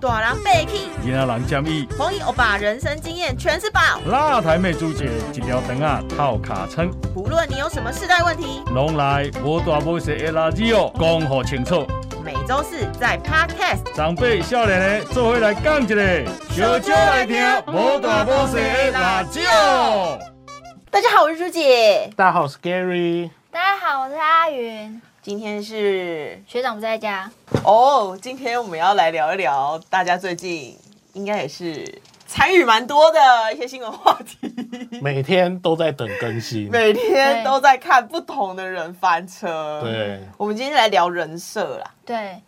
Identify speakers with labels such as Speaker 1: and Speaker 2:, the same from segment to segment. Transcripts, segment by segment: Speaker 1: 大人被气，
Speaker 2: 囡仔人建议，
Speaker 1: 红衣欧巴人生经验全是宝。
Speaker 2: 辣台妹主姐一条肠啊套卡称，
Speaker 1: 不论你有什么世代问题，
Speaker 2: 拢来无大无小的垃圾哦，讲好清楚。
Speaker 1: 每周四在 Podcast
Speaker 2: 长辈少年的做伙来讲一个，
Speaker 1: 小少来听无大无小的辣
Speaker 2: 哦
Speaker 1: 椒。大家好，我是朱姐。
Speaker 3: 大家好，我是 Gary。
Speaker 4: 大家好，我是阿云。
Speaker 1: 今天是
Speaker 4: 学长不在家，
Speaker 5: 哦，今天我们要来聊一聊，大家最近应该也是参与蛮多的一些新闻话题，
Speaker 3: 每天都在等更新。
Speaker 5: 每天都在看不同的人翻车。，
Speaker 3: 对，
Speaker 5: 我们今天来聊人设啦，
Speaker 4: 对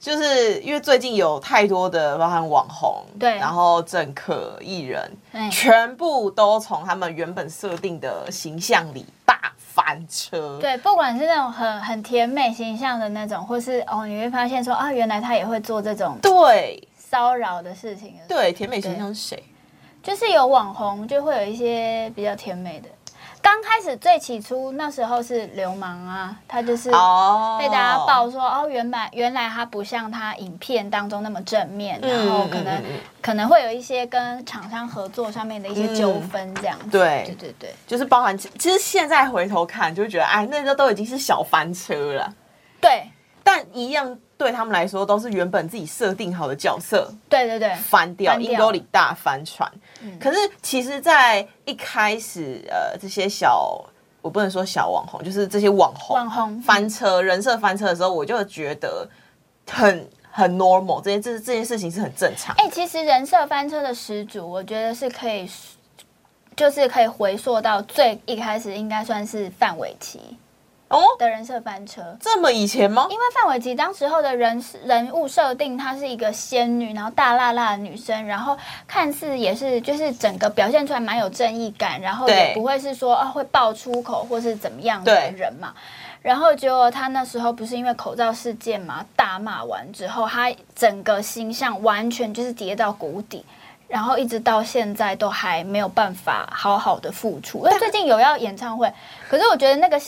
Speaker 5: 就是因为最近有太多的，包含网红，
Speaker 4: 对
Speaker 5: 然后政客、艺人，
Speaker 4: 哎
Speaker 5: 全部都从他们原本设定的形象里大翻车。，
Speaker 4: 对，不管是那种很很甜美形象的那种，或是哦，你会发现说啊，原来他也会做这种
Speaker 5: 对，
Speaker 4: 骚扰的事情。，
Speaker 5: 对，甜美形象是谁？
Speaker 4: 就是有网红就会有一些比较甜美的。刚开始最起初那时候是流氓啊，他就是
Speaker 5: 哦，
Speaker 4: 被大家爆说哦，原本原来他不像他影片当中那么正面，然后可能
Speaker 5: 嗯嗯嗯嗯
Speaker 4: 可能会有一些跟厂商合作上面的一些纠纷这样子。
Speaker 5: 嗯对
Speaker 4: 对对对。
Speaker 5: 就是包含，其实现在回头看，就会觉得，哎，那个都已经是小翻车了，
Speaker 4: 对
Speaker 5: 但一样对他们来说，都是原本自己设定好的角色
Speaker 4: 对对对，
Speaker 5: 翻掉，
Speaker 4: 翻掉嗯
Speaker 5: 阴沟里大翻船。可是其实，在一开始，呃，这些小。我不能说小网红，就是这些网红
Speaker 4: 网红
Speaker 5: 翻车、人设翻车的时候，我就觉得很很 normal，这件这这件事情是很正常。
Speaker 4: 哎、其实人设翻车的始祖，我觉得是可以，就是可以回溯到最一开始，应该算是范玮琪
Speaker 5: 哦，
Speaker 4: 的人设翻车。
Speaker 5: 这么以前吗？
Speaker 4: 因为范玮琪当时候的人人物设定，她是一个仙女，然后大辣辣的女生，然后看似也是就是整个表现出来蛮有正义感，然后也
Speaker 5: 对
Speaker 4: 不会是说啊会爆粗口或是怎么样的
Speaker 5: 对
Speaker 4: 人嘛。然后结果她那时候不是因为口罩事件嘛，大骂完之后，她整个形象完全就是跌到谷底。然后一直到现在都还没有办法好好的付出，因为最近有要演唱会，可是我觉得那个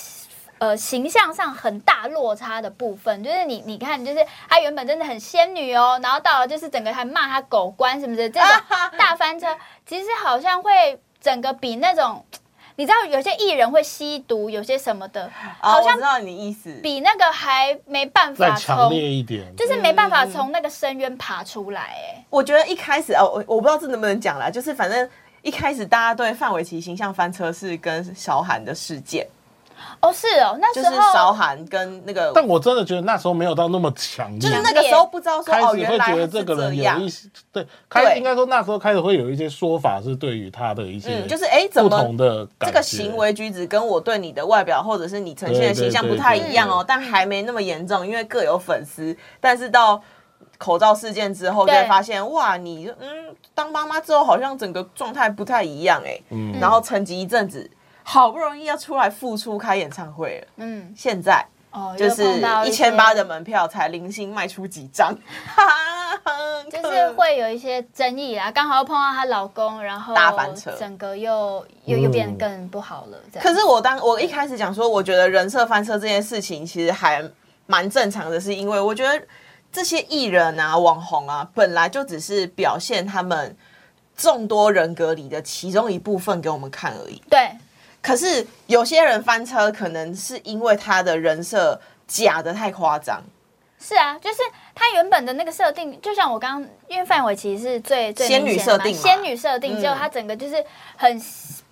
Speaker 4: 呃形象上很大落差的部分，就是你你看，就是她原本真的很仙女哦，然后到了就是整个还骂她狗官什么的 这种大翻车，其实好像会整个比那种。你知道有些艺人会吸毒，有些什么的，
Speaker 5: 哦
Speaker 4: 好
Speaker 5: 我
Speaker 4: 像
Speaker 5: 知道你的意思。
Speaker 4: 比那个还没办
Speaker 3: 再
Speaker 4: 法
Speaker 3: 强
Speaker 4: 从，
Speaker 3: 烈一点。
Speaker 4: 就是没办法
Speaker 5: 嗯
Speaker 4: 从那个深渊爬出来、哎，
Speaker 5: 我觉得一开始哦，我我不知道这能不能讲啦，就是反正一开始大家对范玮琪形象翻车是跟韶涵的事件，
Speaker 4: 哦是哦，那
Speaker 5: 就
Speaker 4: 时
Speaker 5: 是韶
Speaker 4: 候
Speaker 5: 涵跟那个，
Speaker 3: 但我真的觉得那时候没有到那么强烈。
Speaker 5: 就是那个时候不知道说
Speaker 3: 开
Speaker 5: 哦，
Speaker 3: 始
Speaker 5: 原
Speaker 3: 会
Speaker 5: 来
Speaker 3: 觉
Speaker 5: 他
Speaker 3: 得
Speaker 5: 是
Speaker 3: 这个
Speaker 5: 这
Speaker 3: 人有
Speaker 5: 样
Speaker 3: 一，些对，开
Speaker 5: 对
Speaker 3: 应该说那时候开始会有一些说法是对于他的一些
Speaker 5: 嗯，就是哎、怎
Speaker 3: 不同
Speaker 5: 么
Speaker 3: 的
Speaker 5: 这
Speaker 3: 感觉
Speaker 5: 个行为举止跟我对你的外表或者是你呈现的形象不太一样哦，但还没那么严重，因为各有粉丝，但是到。口罩事件之后，就
Speaker 4: 对
Speaker 5: 会发现哇，你嗯，当妈妈之后好像整个状态不太一样哎、
Speaker 3: 嗯
Speaker 5: 然后沉寂一阵子，好不容易要出来复出开演唱会了，
Speaker 4: 嗯
Speaker 5: 现在
Speaker 4: 哦，
Speaker 5: 就
Speaker 4: 又
Speaker 5: 是
Speaker 4: 碰到
Speaker 5: 一
Speaker 4: 一
Speaker 5: 千
Speaker 4: 些
Speaker 5: 八的门票才零星卖出几张，哈哈很可
Speaker 4: 就是会有一些争议啦，刚好又碰到她老公，然后
Speaker 5: 大翻车
Speaker 4: 整个又又又变得更不好了。这样
Speaker 5: 可是我当我一开始讲说，我觉得人设翻车这件事情其实还蛮正常的，是因为我觉得这些艺人啊、网红啊，本来就只是表现他们众多人格里的其中一部分给我们看而已。
Speaker 4: 对
Speaker 5: 可是有些人翻车，可能是因为他的人设假的太夸张。
Speaker 4: 是啊，就是她原本的那个设定，就像我刚刚，因为范玮琪是最最
Speaker 5: 仙女
Speaker 4: 明显的
Speaker 5: 设定嘛
Speaker 4: 仙女设定，
Speaker 5: 嗯
Speaker 4: 结果她整个就是很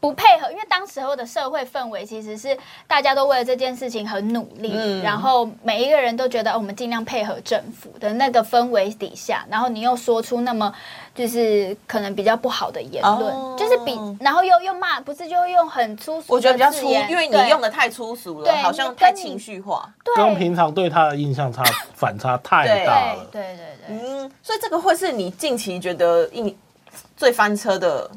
Speaker 4: 不配合，因为当时候的社会氛围其实是大家都为了这件事情很努力，
Speaker 5: 嗯
Speaker 4: 然后每一个人都觉得、哦我们尽量配合政府的那个氛围底下，然后你又说出那么就是可能比较不好的言论，
Speaker 5: 哦
Speaker 4: 就是比然后又又骂，不是就用很粗俗的字眼，
Speaker 5: 我觉得比较粗，因为你用
Speaker 4: 的
Speaker 5: 的太粗俗了，
Speaker 4: 对
Speaker 5: 好像太
Speaker 4: 跟你
Speaker 5: 情绪化。
Speaker 3: 跟
Speaker 4: 对
Speaker 3: 平常对他的印象差反差太大
Speaker 4: 对
Speaker 3: 了。
Speaker 4: 对对对。
Speaker 5: 嗯，所以这个会是你近期觉得印最翻车的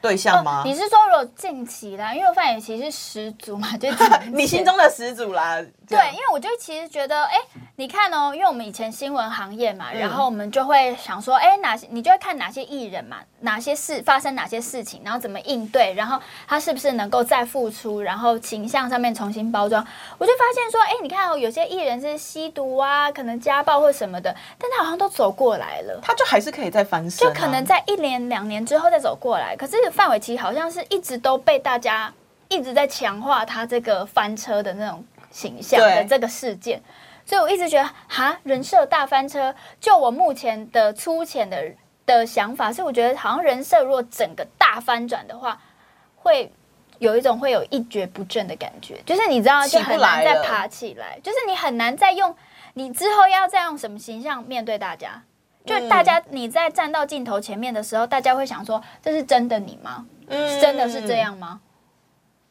Speaker 5: 对象吗？
Speaker 4: 哦你是说如果近期啦，因为范玮琪是始祖 嘛，就
Speaker 5: 你心中的始祖啦。这
Speaker 4: 对
Speaker 5: 样，
Speaker 4: 因为我就其实觉得，哎、你看
Speaker 5: 嗯
Speaker 4: 哦，因为我们以前新闻行业嘛，然后我们就会想说，哎、哪些你就会看哪些艺人嘛，哪些事发生哪些事情，然后怎么应对，然后他是不是能够再付出，然后形象上面重新包装。我就发现说，哎，你看哦，有些艺人是吸毒啊，可能家暴或什么的，但他好像都走过来了。
Speaker 5: 他就还是可以再翻身、
Speaker 4: 就
Speaker 5: 啊，
Speaker 4: 可能在一年两年之后再走过来。可是范玮琪好像是一直都被大家一直在强化他这个翻车的那种形象
Speaker 5: 对
Speaker 4: 的这个事件，所以我一直觉得哈人设大翻车，就我目前的粗浅的的想法是，我觉得好像人设如果整个大翻转的话，会。有一种会有一蹶不振的感觉，就是你知道，
Speaker 5: 起
Speaker 4: 就
Speaker 5: 不
Speaker 4: 很难
Speaker 5: 来
Speaker 4: 再
Speaker 5: 了
Speaker 4: 爬起来，就是你很难再用你之后要再用什么形象面对大家。就大
Speaker 3: 嗯
Speaker 4: 家你在站到镜头前面的时候，大家会想说：这是真的你吗？
Speaker 5: 嗯
Speaker 4: 真的是这。样吗？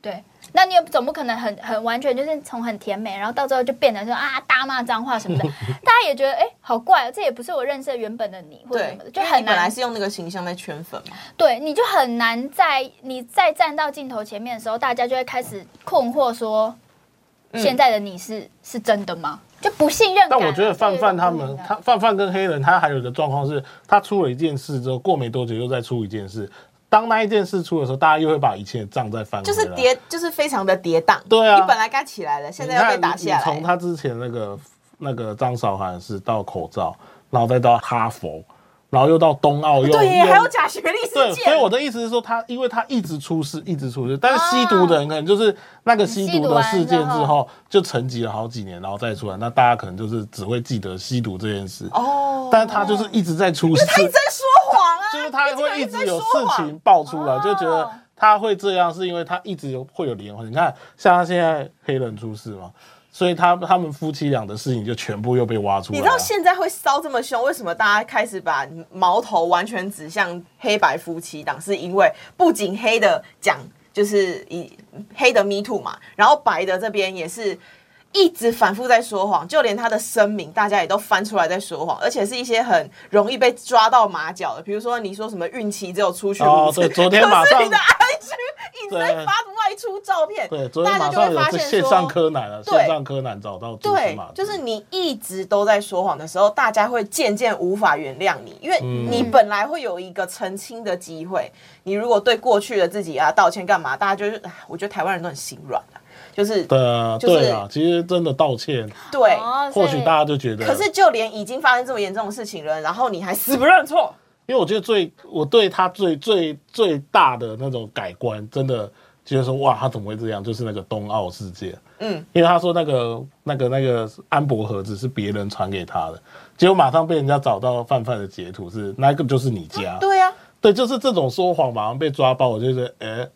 Speaker 4: 对，那你也总不可能很很完全就是从很甜美，然后到最后就变成说啊大骂脏话 什么的，大家也觉得哎、好怪、哦，这也不是我认识的原本的你或者什
Speaker 5: 对
Speaker 4: 么的，，
Speaker 5: 就
Speaker 4: 就
Speaker 5: 很
Speaker 4: 很
Speaker 5: 本来
Speaker 4: 难嗯
Speaker 5: 是用那个形象在圈粉嘛，
Speaker 4: 对，你就很难在你再站到镜头前面的时候，大家就会开始困惑说，现在的你是、是真的吗？就不信任感
Speaker 3: 嗯但
Speaker 4: 啊。
Speaker 3: 我觉得范范他
Speaker 4: 就有一
Speaker 3: 们，
Speaker 4: 种
Speaker 3: 他范范跟黑人，他还有一个状况是，他出了一件事之后，过没多久又再出一件事。当那一件事出的时候，大家又会把以前的账再翻回
Speaker 5: 就是
Speaker 3: 来。
Speaker 5: 跌，就是非常的跌宕。
Speaker 3: 对啊
Speaker 5: 你本来该起来了，现在要被打下
Speaker 3: 你看你你从
Speaker 5: 来。
Speaker 3: 他之前那个那个张韶涵是到口罩，然后再到哈佛，然后又到冬奥，又
Speaker 5: 对耶，
Speaker 3: 又
Speaker 5: 还有假学历
Speaker 3: 对，
Speaker 5: 事件。
Speaker 3: 所以我的意思是说，他因为他一直出事，一直出事，但是
Speaker 5: 啊
Speaker 3: 吸毒的人可能就是那个吸毒的事件之
Speaker 4: 吸毒完之
Speaker 3: 后，就沉寂了好几年，然后再出来，那大家可能就是只会记得吸毒这件事，
Speaker 5: 哦，
Speaker 3: 但是他就是一直在出事，
Speaker 5: 他一直在说谎啊，
Speaker 3: 就是他会一
Speaker 5: 直
Speaker 3: 直
Speaker 5: 在
Speaker 3: 有
Speaker 5: 说
Speaker 3: 事
Speaker 5: 谎
Speaker 3: 情爆出来，
Speaker 4: 哦
Speaker 3: 就觉得他会这样，是因为他一直有会有连环。你看，像他现在黑人出事嘛，所以他他们夫妻俩的事情就全部又被挖出来
Speaker 5: 你
Speaker 3: 了。
Speaker 5: 知道现在会烧这么凶，为什么大家开始把矛头完全指向黑白夫妻档？是因为不仅黑的讲就是以黑的 Me Too 嘛，然后白的这边也是一直反复在说谎，就连他的声明大家也都翻出来在说谎，而且是一些很容易被抓到马脚的，比如说你说什么孕期只有出去
Speaker 3: 哦
Speaker 5: 五 次，
Speaker 3: 对昨天马
Speaker 5: 可
Speaker 3: 上
Speaker 5: 是你的 IG 一直在
Speaker 3: 对
Speaker 5: 发外出照片，
Speaker 3: 对，昨天
Speaker 5: 大
Speaker 3: 马
Speaker 5: 家就
Speaker 3: 上
Speaker 5: 会
Speaker 3: 有
Speaker 5: 发
Speaker 3: 这
Speaker 5: 现
Speaker 3: 线
Speaker 5: 说
Speaker 3: 上柯南了，
Speaker 5: 对
Speaker 3: 线上柯南找到蛛丝
Speaker 5: 对
Speaker 3: 马迹，
Speaker 5: 就是你一直都在说谎的时候，大家会渐渐无法原谅你，因为
Speaker 3: 嗯
Speaker 5: 你本来会有一个澄清的机会。你如果对过去的自己啊道歉干嘛，大家就是，哎我觉得台湾人都很心软啊，就是
Speaker 3: 对啊，
Speaker 5: 就是
Speaker 3: 对啊，其实真的道歉，
Speaker 5: 对。
Speaker 4: 哦
Speaker 3: 或许大
Speaker 4: 家
Speaker 3: 家就觉得，
Speaker 5: 可是就连已经发生这么严重的事情了，然后你还死不认错，
Speaker 3: 因为我觉得最我对他最最最大的那种改观，真的觉得说哇，他怎么会这样？就是那个冬奥事件，
Speaker 5: 嗯，
Speaker 3: 因为他说那个那个那个安博盒子是别人传给他的，结果马上被人家找到范范的截图是那个就是你家，
Speaker 5: 对啊呀、
Speaker 3: 对，就是这种说谎马上被抓包，我就觉得哎，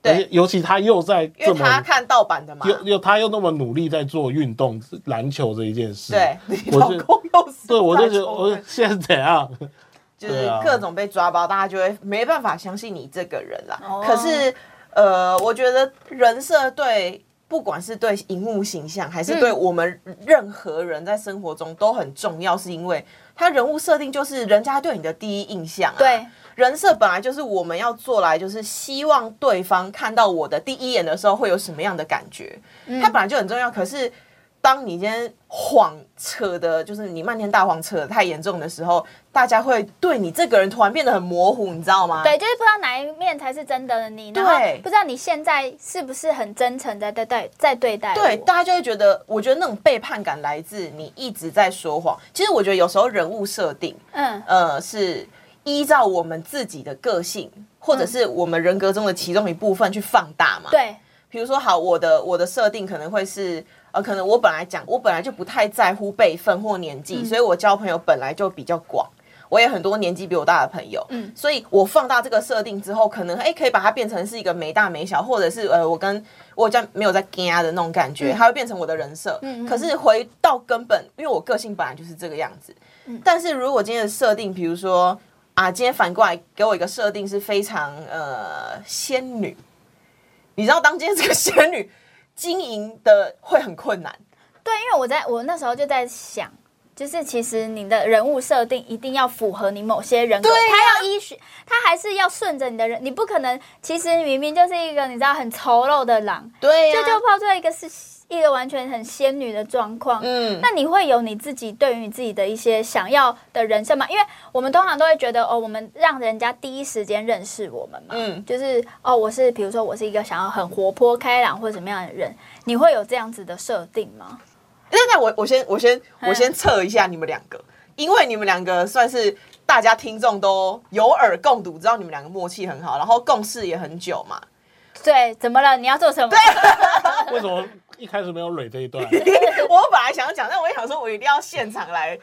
Speaker 5: 对
Speaker 3: 而且尤其他又在
Speaker 5: 因为
Speaker 3: 这么
Speaker 5: 他看盗版的嘛，
Speaker 3: 又又他又那么努力在做运动篮球这一件事，
Speaker 5: 对，你
Speaker 3: 我
Speaker 5: 老
Speaker 3: 就
Speaker 5: 公又死，
Speaker 3: 对我就觉得我现在怎样？
Speaker 5: 就是
Speaker 3: 对啊
Speaker 5: 各种被抓包，大家就会没办法相信你这个人啦。
Speaker 4: 哦
Speaker 5: 可是，呃，我觉得人设对，不管是对荧幕形象，还
Speaker 4: 嗯
Speaker 5: 是对我们任何人在生活中都很重要，是因为他人物设定就是人家对你的第一印象、啊。
Speaker 4: 对，
Speaker 5: 人设本来就是我们要做来，就是希望对方看到我的第一眼的时候会有什么样的感觉，
Speaker 4: 嗯
Speaker 5: 它本来就很重要。可是当你今天谎扯的，就是你漫天大谎扯的太严重的时候，大家会对你这个人突然变得很模糊，你知道吗？
Speaker 4: 对，就是不知道哪一面才是真的的你，然后
Speaker 5: 对
Speaker 4: 不知道你现在是不是很真诚在对待在对待我
Speaker 5: 对，大家就会觉得，我觉得那种背叛感来自你一直在说谎。其实我觉得有时候人物设定，
Speaker 4: 嗯
Speaker 5: 呃，是依照我们自己的个性，或者是我们人格中的其中一部分去放大嘛。
Speaker 4: 嗯对
Speaker 5: 比如说，好，我的我的设定可能会是，呃，可能我本来讲，我本来就不太在乎辈分或年纪，所以我交朋友本来就比较广，我也很多年纪比我大的朋友，嗯，所以我放大这个设定之后，可能哎、诶可以把它变成是一个没大没小，或者是呃，我跟我这样没有在跟的那种感觉，它会变成我的人设。嗯可是回到根本，因为我个性本来就是这个样子，但是如果今天的设定，比如说啊，今天反过来给我一个设定是非常呃仙女，你知道，当今天这个仙女经营的会很困难，
Speaker 4: 对，因为我在我那时候就在想。就是其实你的人物设定一定要符合你某些人格，
Speaker 5: 对啊呀
Speaker 4: 他要依循，他还是要顺着你的人，你不可能其实明明就是一个你知道很丑陋的狼，
Speaker 5: 对啊
Speaker 4: 这就泡出来一个是一个完全很仙女的状况。
Speaker 5: 嗯，
Speaker 4: 那你会有你自己对于你自己的一些想要的人生吗？因为我们通常都会觉得哦，我们让人家第一时间认识我们嘛，
Speaker 5: 嗯
Speaker 4: 就是哦，我是比如说我是一个想要很活泼开朗或者什么样的人，你会有这样子的设定吗？
Speaker 5: 那那我我先我先我先测一下你们两个，因为你们两个算是大家听众都有耳共睹，知道你们两个默契很好，然后共事也很久嘛。
Speaker 4: 对，怎么了？你要做什么？
Speaker 3: 为什么一开始没有蕊这一 段？
Speaker 5: 我本来想要讲，但我也想说，我一定要现场来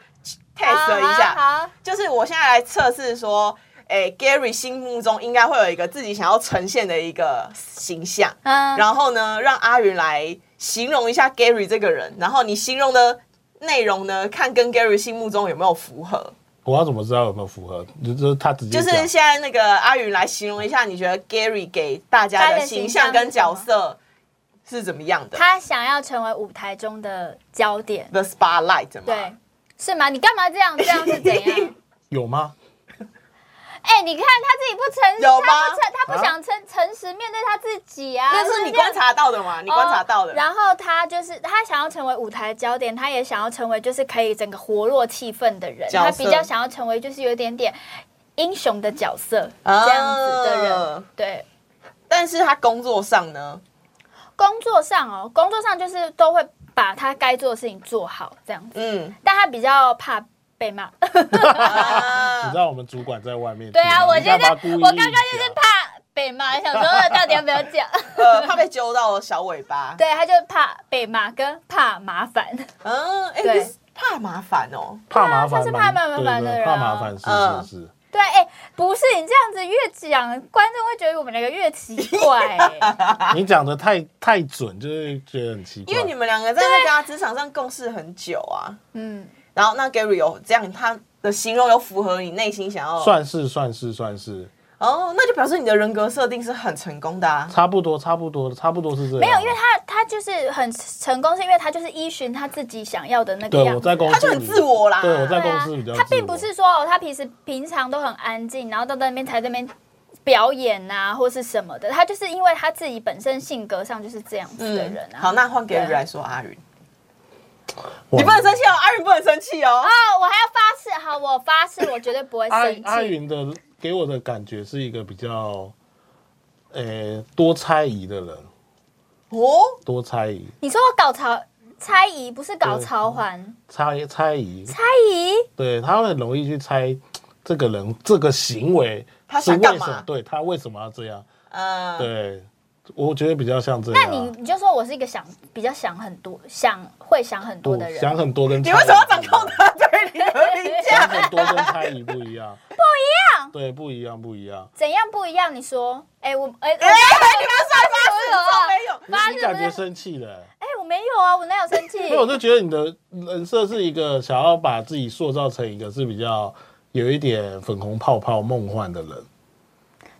Speaker 5: test 一下。
Speaker 4: 好好好
Speaker 5: 就是我现在来测试说，诶 g a r y 心目中应该会有一个自己想要呈现的一个形象，
Speaker 4: 嗯
Speaker 5: 然后呢，让阿云来形容一下 Gary 这个人，然后你形容的内容呢，看跟 Gary 心目中有没有符合。
Speaker 3: 我要怎么知道有没有符合？就就是他直接
Speaker 5: 就是
Speaker 3: 讲
Speaker 5: 现在那个阿云来形容一下，你觉得 Gary 给大家的形象跟角色是怎么样的
Speaker 4: 他想要成为舞台中的焦点，
Speaker 5: ？The spotlight 吗？
Speaker 4: 对，是吗？你干嘛这样？这样是怎 样？
Speaker 3: 有吗？
Speaker 4: 哎、你看他自己不诚实，
Speaker 5: 有吗
Speaker 4: 他不诚，
Speaker 3: 啊
Speaker 4: 他不想诚诚实面对他自己啊。
Speaker 5: 那哦是你观察到的嘛？你
Speaker 4: 你
Speaker 5: 观察到的。
Speaker 4: 然后他就是他想要成为舞台焦点，他也想要成为就是可以整个活络气氛的人，
Speaker 5: 角色
Speaker 4: 他比较想要成为就是有一点点英雄的角色、
Speaker 5: 啊
Speaker 4: 这样子的人。对，
Speaker 5: 但是他工作上呢，
Speaker 4: 工作上哦，工作上就是都会把他该做的事情做好这样子，
Speaker 5: 嗯，
Speaker 4: 但他比较怕被骂。
Speaker 3: 你
Speaker 5: 啊
Speaker 3: 知道我们主管在外面听
Speaker 4: 对
Speaker 3: 吗。
Speaker 4: 啊，我
Speaker 3: 你
Speaker 4: 觉
Speaker 3: 干
Speaker 4: 得
Speaker 3: 嘛故意
Speaker 4: 我刚刚就是
Speaker 3: 讲
Speaker 4: 怕被骂，想说到底要不要讲？
Speaker 5: 呃，怕被揪到小尾巴。
Speaker 4: 对，他就怕被骂跟怕麻烦。
Speaker 5: 嗯，哎、
Speaker 4: 对
Speaker 5: 你是怕麻烦哦。
Speaker 3: 怕麻
Speaker 4: 他
Speaker 3: 烦
Speaker 4: 是
Speaker 3: 嘛，
Speaker 4: 怕麻烦
Speaker 3: 对
Speaker 4: 的
Speaker 3: 对
Speaker 4: 人啊
Speaker 3: 怕麻烦
Speaker 5: 嗯
Speaker 3: 是是是。
Speaker 4: 对，哎、不是你这样子越讲，观众会觉得我们两个越奇 怪、哎
Speaker 3: 你讲的太太准，就是觉得很奇怪。
Speaker 5: 因为你们两个在那个啊职场上共事很久啊，
Speaker 4: 嗯，
Speaker 5: 然后那 Gary 有这样，他的形容有符合你内心想要，
Speaker 3: 算是算是算是
Speaker 5: 哦，那就表示你的人格设定是很成功的啊。
Speaker 3: 差不多差不多差不多是这样。
Speaker 4: 没有，因为他他就是很成功，是因为他就是依循他自己想要的那个
Speaker 3: 对
Speaker 4: 样
Speaker 3: 我
Speaker 4: 子
Speaker 3: 在。公司
Speaker 5: 他就很
Speaker 3: 里
Speaker 5: 自我啦
Speaker 3: 哦对，我在
Speaker 4: 对
Speaker 3: 公
Speaker 4: 啊
Speaker 3: 司比较，自我。
Speaker 4: 他并不是说哦，他平时平常都很安静，然后到那边才在那边表演啊，或是什么的。他就是因为他自己本身性格上就是这样子的人啊。
Speaker 5: 嗯好，那换
Speaker 4: 对
Speaker 5: Gary 来说，阿云，
Speaker 3: 哇，
Speaker 5: 你不能生气哦，阿云不能生气哦
Speaker 4: 啊。，我还要发誓，好，我发誓，我绝对不会
Speaker 3: 阿
Speaker 4: 生
Speaker 3: 阿
Speaker 4: 气。
Speaker 3: 云的给我的感觉是一个比较，呃、多猜疑的人，
Speaker 5: 哦，
Speaker 3: 多猜疑，
Speaker 4: 你说我搞潮猜疑，不是搞潮环
Speaker 3: 猜猜疑，
Speaker 4: 猜疑。
Speaker 3: 对他会很容易去猜这个人这个行为
Speaker 5: 他
Speaker 3: 是
Speaker 5: 想
Speaker 3: 为
Speaker 5: 干
Speaker 3: 什
Speaker 5: 嘛
Speaker 3: 么，对他为什么要这样？
Speaker 5: 嗯，
Speaker 3: 对，我觉得比较像这
Speaker 4: 那
Speaker 3: 样。
Speaker 4: 你你就说我是一个想比较想很多、想会想很多
Speaker 3: 不
Speaker 4: 的人，
Speaker 3: 想很多跟
Speaker 5: 你
Speaker 3: 猜
Speaker 5: 为
Speaker 3: 疑
Speaker 5: 什么要
Speaker 3: 不一
Speaker 5: 掌控
Speaker 3: 样
Speaker 5: 他对你 的评价？
Speaker 3: 想很多跟猜疑不一样，不一样，对，不一样，不一样。
Speaker 4: 怎样不一样？你说，哎、我哎哎、
Speaker 5: 哎，你们算八十，没有。
Speaker 4: 发
Speaker 3: 你
Speaker 4: 誓
Speaker 3: 感
Speaker 4: 不
Speaker 3: 觉
Speaker 4: 是
Speaker 3: 生气了、
Speaker 4: 哎我没有啊，我哪有生气？
Speaker 3: 所以我就觉得你的人设是一个想要把自己塑造成一个是比较有一点粉红泡泡梦幻的人，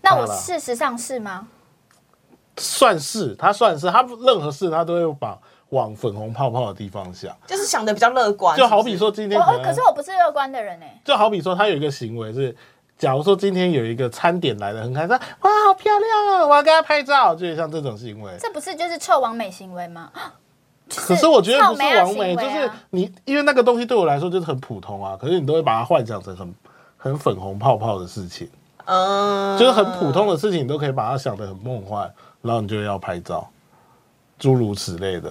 Speaker 4: 那
Speaker 3: 啊
Speaker 4: 我事实上是吗？
Speaker 3: 算是他算是他任何事他都会把往粉红泡泡的地方想，
Speaker 5: 就是想的比较乐观，
Speaker 3: 就好比
Speaker 5: 啊是不
Speaker 3: 说今
Speaker 4: 我
Speaker 3: 天可
Speaker 4: 呃
Speaker 3: 能
Speaker 4: 可是我不是乐观的人哎、
Speaker 3: 就好比说他有一个行为是。假如说今天有一个餐点来的很开心，哇，好漂亮哦，我要跟他拍照，就是像这种行为。
Speaker 4: 这不是就是臭完美行为吗？
Speaker 3: 可是我觉得不是
Speaker 4: 完
Speaker 3: 完美，就是你因为那个东西对我来说就是很普通啊，可是你都会把它幻想成很很粉红泡泡的事情。
Speaker 5: 是嗯，
Speaker 3: 就是很普通的事情，你都可以把它想得很梦幻，然后你就要拍照，诸如此类的。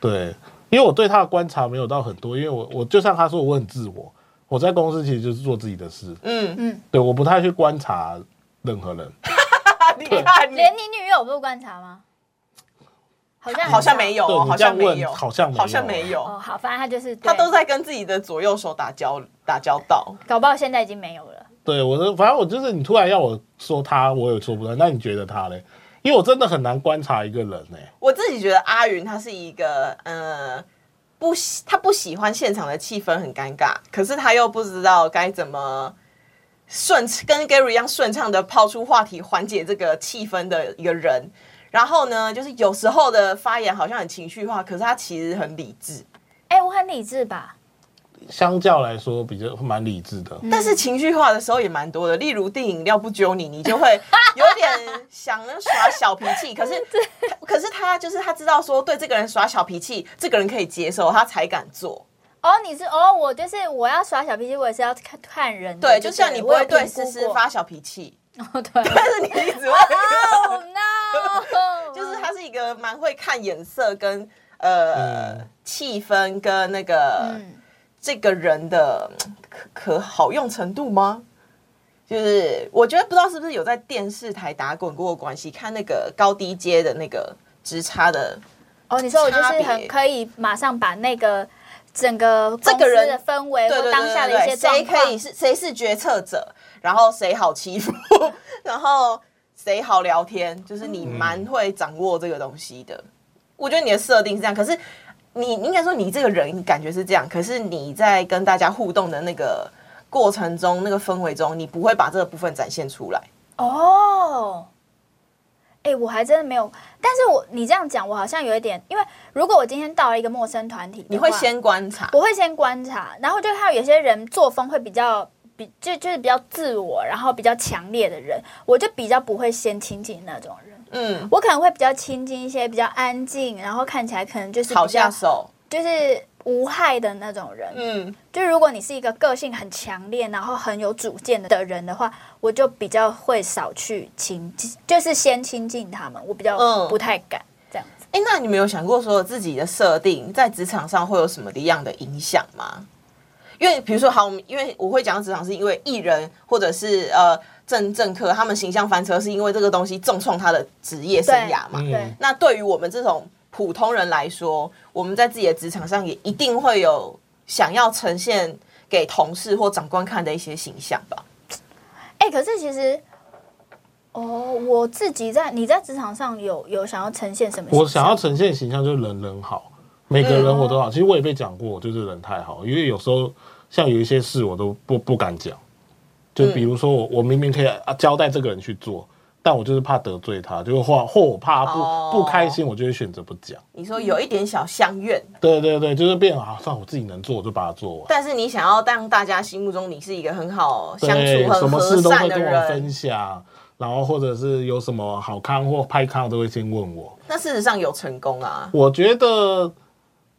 Speaker 3: 对，因为我对他的观察没有到很多，因为我我就像他说，我很自我，我在公司其实就是做自己的事，
Speaker 5: 嗯，
Speaker 3: 对，我不太去观察任何人，
Speaker 5: 啊你看
Speaker 3: 嗯
Speaker 5: 你
Speaker 4: 连你女友不观察吗？好像
Speaker 5: 好像没有
Speaker 3: 对
Speaker 5: 哦，
Speaker 3: 你
Speaker 5: 好
Speaker 3: 这
Speaker 5: 像
Speaker 3: 样
Speaker 5: 没
Speaker 3: 问
Speaker 5: 有，
Speaker 3: 好像没有
Speaker 5: 好像没有，
Speaker 4: 哦，好，反正他就是
Speaker 5: 他都
Speaker 4: 在，
Speaker 5: 在跟自己的左右手打交打交道。
Speaker 4: 搞不好现在已经没有了。
Speaker 3: 对我的，反正我就是你突然要我说他，我也说不出来。那你觉得他嘞？因为我真的很难观察一个人欸呢、
Speaker 5: 我自己觉得阿云他是一个呃不喜他不喜欢现场的气氛很尴尬，可是他又不知道该怎么顺跟 Gary 一样顺畅的抛出话题，缓解这个气氛的一个人。然后呢，就是有时候的发言好像很情绪化，可是他其实很理智。
Speaker 4: 哎、我很理智吧？
Speaker 3: 相较来说比较蛮理智的。
Speaker 5: 但是情绪化的时候也蛮多的，例如订饮料不揪你，你就会有点想耍小脾气。可是，可是他就是他知道说对这个人耍小脾气，这个人可以接受，他才敢做。
Speaker 4: 哦，你是哦，我就是我要耍小脾气，我也是要看看人的。
Speaker 5: 对，就像你不会
Speaker 4: 对
Speaker 5: 对思思发小脾气，
Speaker 4: 哦， 对。
Speaker 5: 但是你一直会，
Speaker 4: Oh no！
Speaker 5: 就是他是一个蛮会看眼色跟呃
Speaker 3: 嗯
Speaker 5: 气氛跟那个
Speaker 4: 嗯
Speaker 5: 这个人的嗯可可好用程度吗？就是我觉得不知道是不是有在电视台打滚过的关系，看那个高低阶的那个直差的，
Speaker 4: 哦，你说我就
Speaker 5: 差
Speaker 4: 是
Speaker 5: 别
Speaker 4: 很可以马上把那个整个
Speaker 5: 这
Speaker 4: 公
Speaker 5: 个
Speaker 4: 司
Speaker 5: 人
Speaker 4: 的氛围
Speaker 5: 对对
Speaker 4: 或
Speaker 5: 对
Speaker 4: 当下的一
Speaker 5: 对对，
Speaker 4: 些
Speaker 5: 谁
Speaker 4: 状
Speaker 5: 可以
Speaker 4: 况，
Speaker 5: 是谁是决策者，然后谁好欺负， 然后谁好聊天，就是你蛮会掌握这个东西的。我觉得你的设定是这样，可是你应该说你这个人感觉是这样，可是你在跟大家互动的那个过程中，那个氛围中，你不会把这个部分展现出来。
Speaker 4: 哦，哎、我还真的没有，但是我你这样讲，我好像有一点，因为如果我今天到了一个陌生团体，
Speaker 5: 你会，先观察，
Speaker 4: 我会先观察，然后就看到有些人作风会比较。比就就是比较自我，然后比较强烈的人，我就比较不会先亲近那种人，
Speaker 5: 嗯，
Speaker 4: 我可能会比较亲近一些比较安静，然后看起来可能就是比
Speaker 5: 好
Speaker 4: 较
Speaker 5: 下手，
Speaker 4: 就是无害的那种人。
Speaker 5: 嗯，
Speaker 4: 就如果你是一个个性很强烈，然后很有主见的人的话，我就比较会少去亲近，就是先亲近他们，我比较
Speaker 5: 嗯
Speaker 4: 不太敢、这样子。
Speaker 5: 哎、那你们有想过说自己的设定在职场上会有什么的样的影响吗？因为比如说，好，我们因为我会讲到职场，是因为艺人或者是呃政政客他们形象翻车，是因为这个东西重创他的职业生涯嘛。
Speaker 3: 嗯
Speaker 4: 对，
Speaker 5: 那对于我们这种普通人来说，我们在自己的职场上也一定会有想要呈现给同事或长官看的一些形象吧。
Speaker 4: 哎、可是其实，哦，我自己在你在职场上有有想要呈现什么形象？
Speaker 3: 我想要呈现形象就是人人好，每个人我都好。其实我也被讲过，就是人太好，因为有时候像有一些事我都不不敢讲，就比如说我我明明可以啊交代这个人去做，但我就是怕得罪他，就是或或我怕他不、
Speaker 5: 哦
Speaker 3: 不开心，我就会选择不讲。
Speaker 5: 你说有一点小相怨，
Speaker 3: 对对对，就是变啊，算我自己能做，我就把它做完。
Speaker 5: 但是你想要让大家心目中你是一个很好相
Speaker 3: 对
Speaker 5: 处、，
Speaker 3: 什
Speaker 5: 很
Speaker 3: 么
Speaker 5: 和
Speaker 3: 事都
Speaker 5: 善
Speaker 3: 会
Speaker 5: 的
Speaker 3: 跟我分
Speaker 5: 人。
Speaker 3: 享，然后或者是有什么好康或拍康都会先问我。
Speaker 5: 那事实上有成功啊，
Speaker 3: 我觉得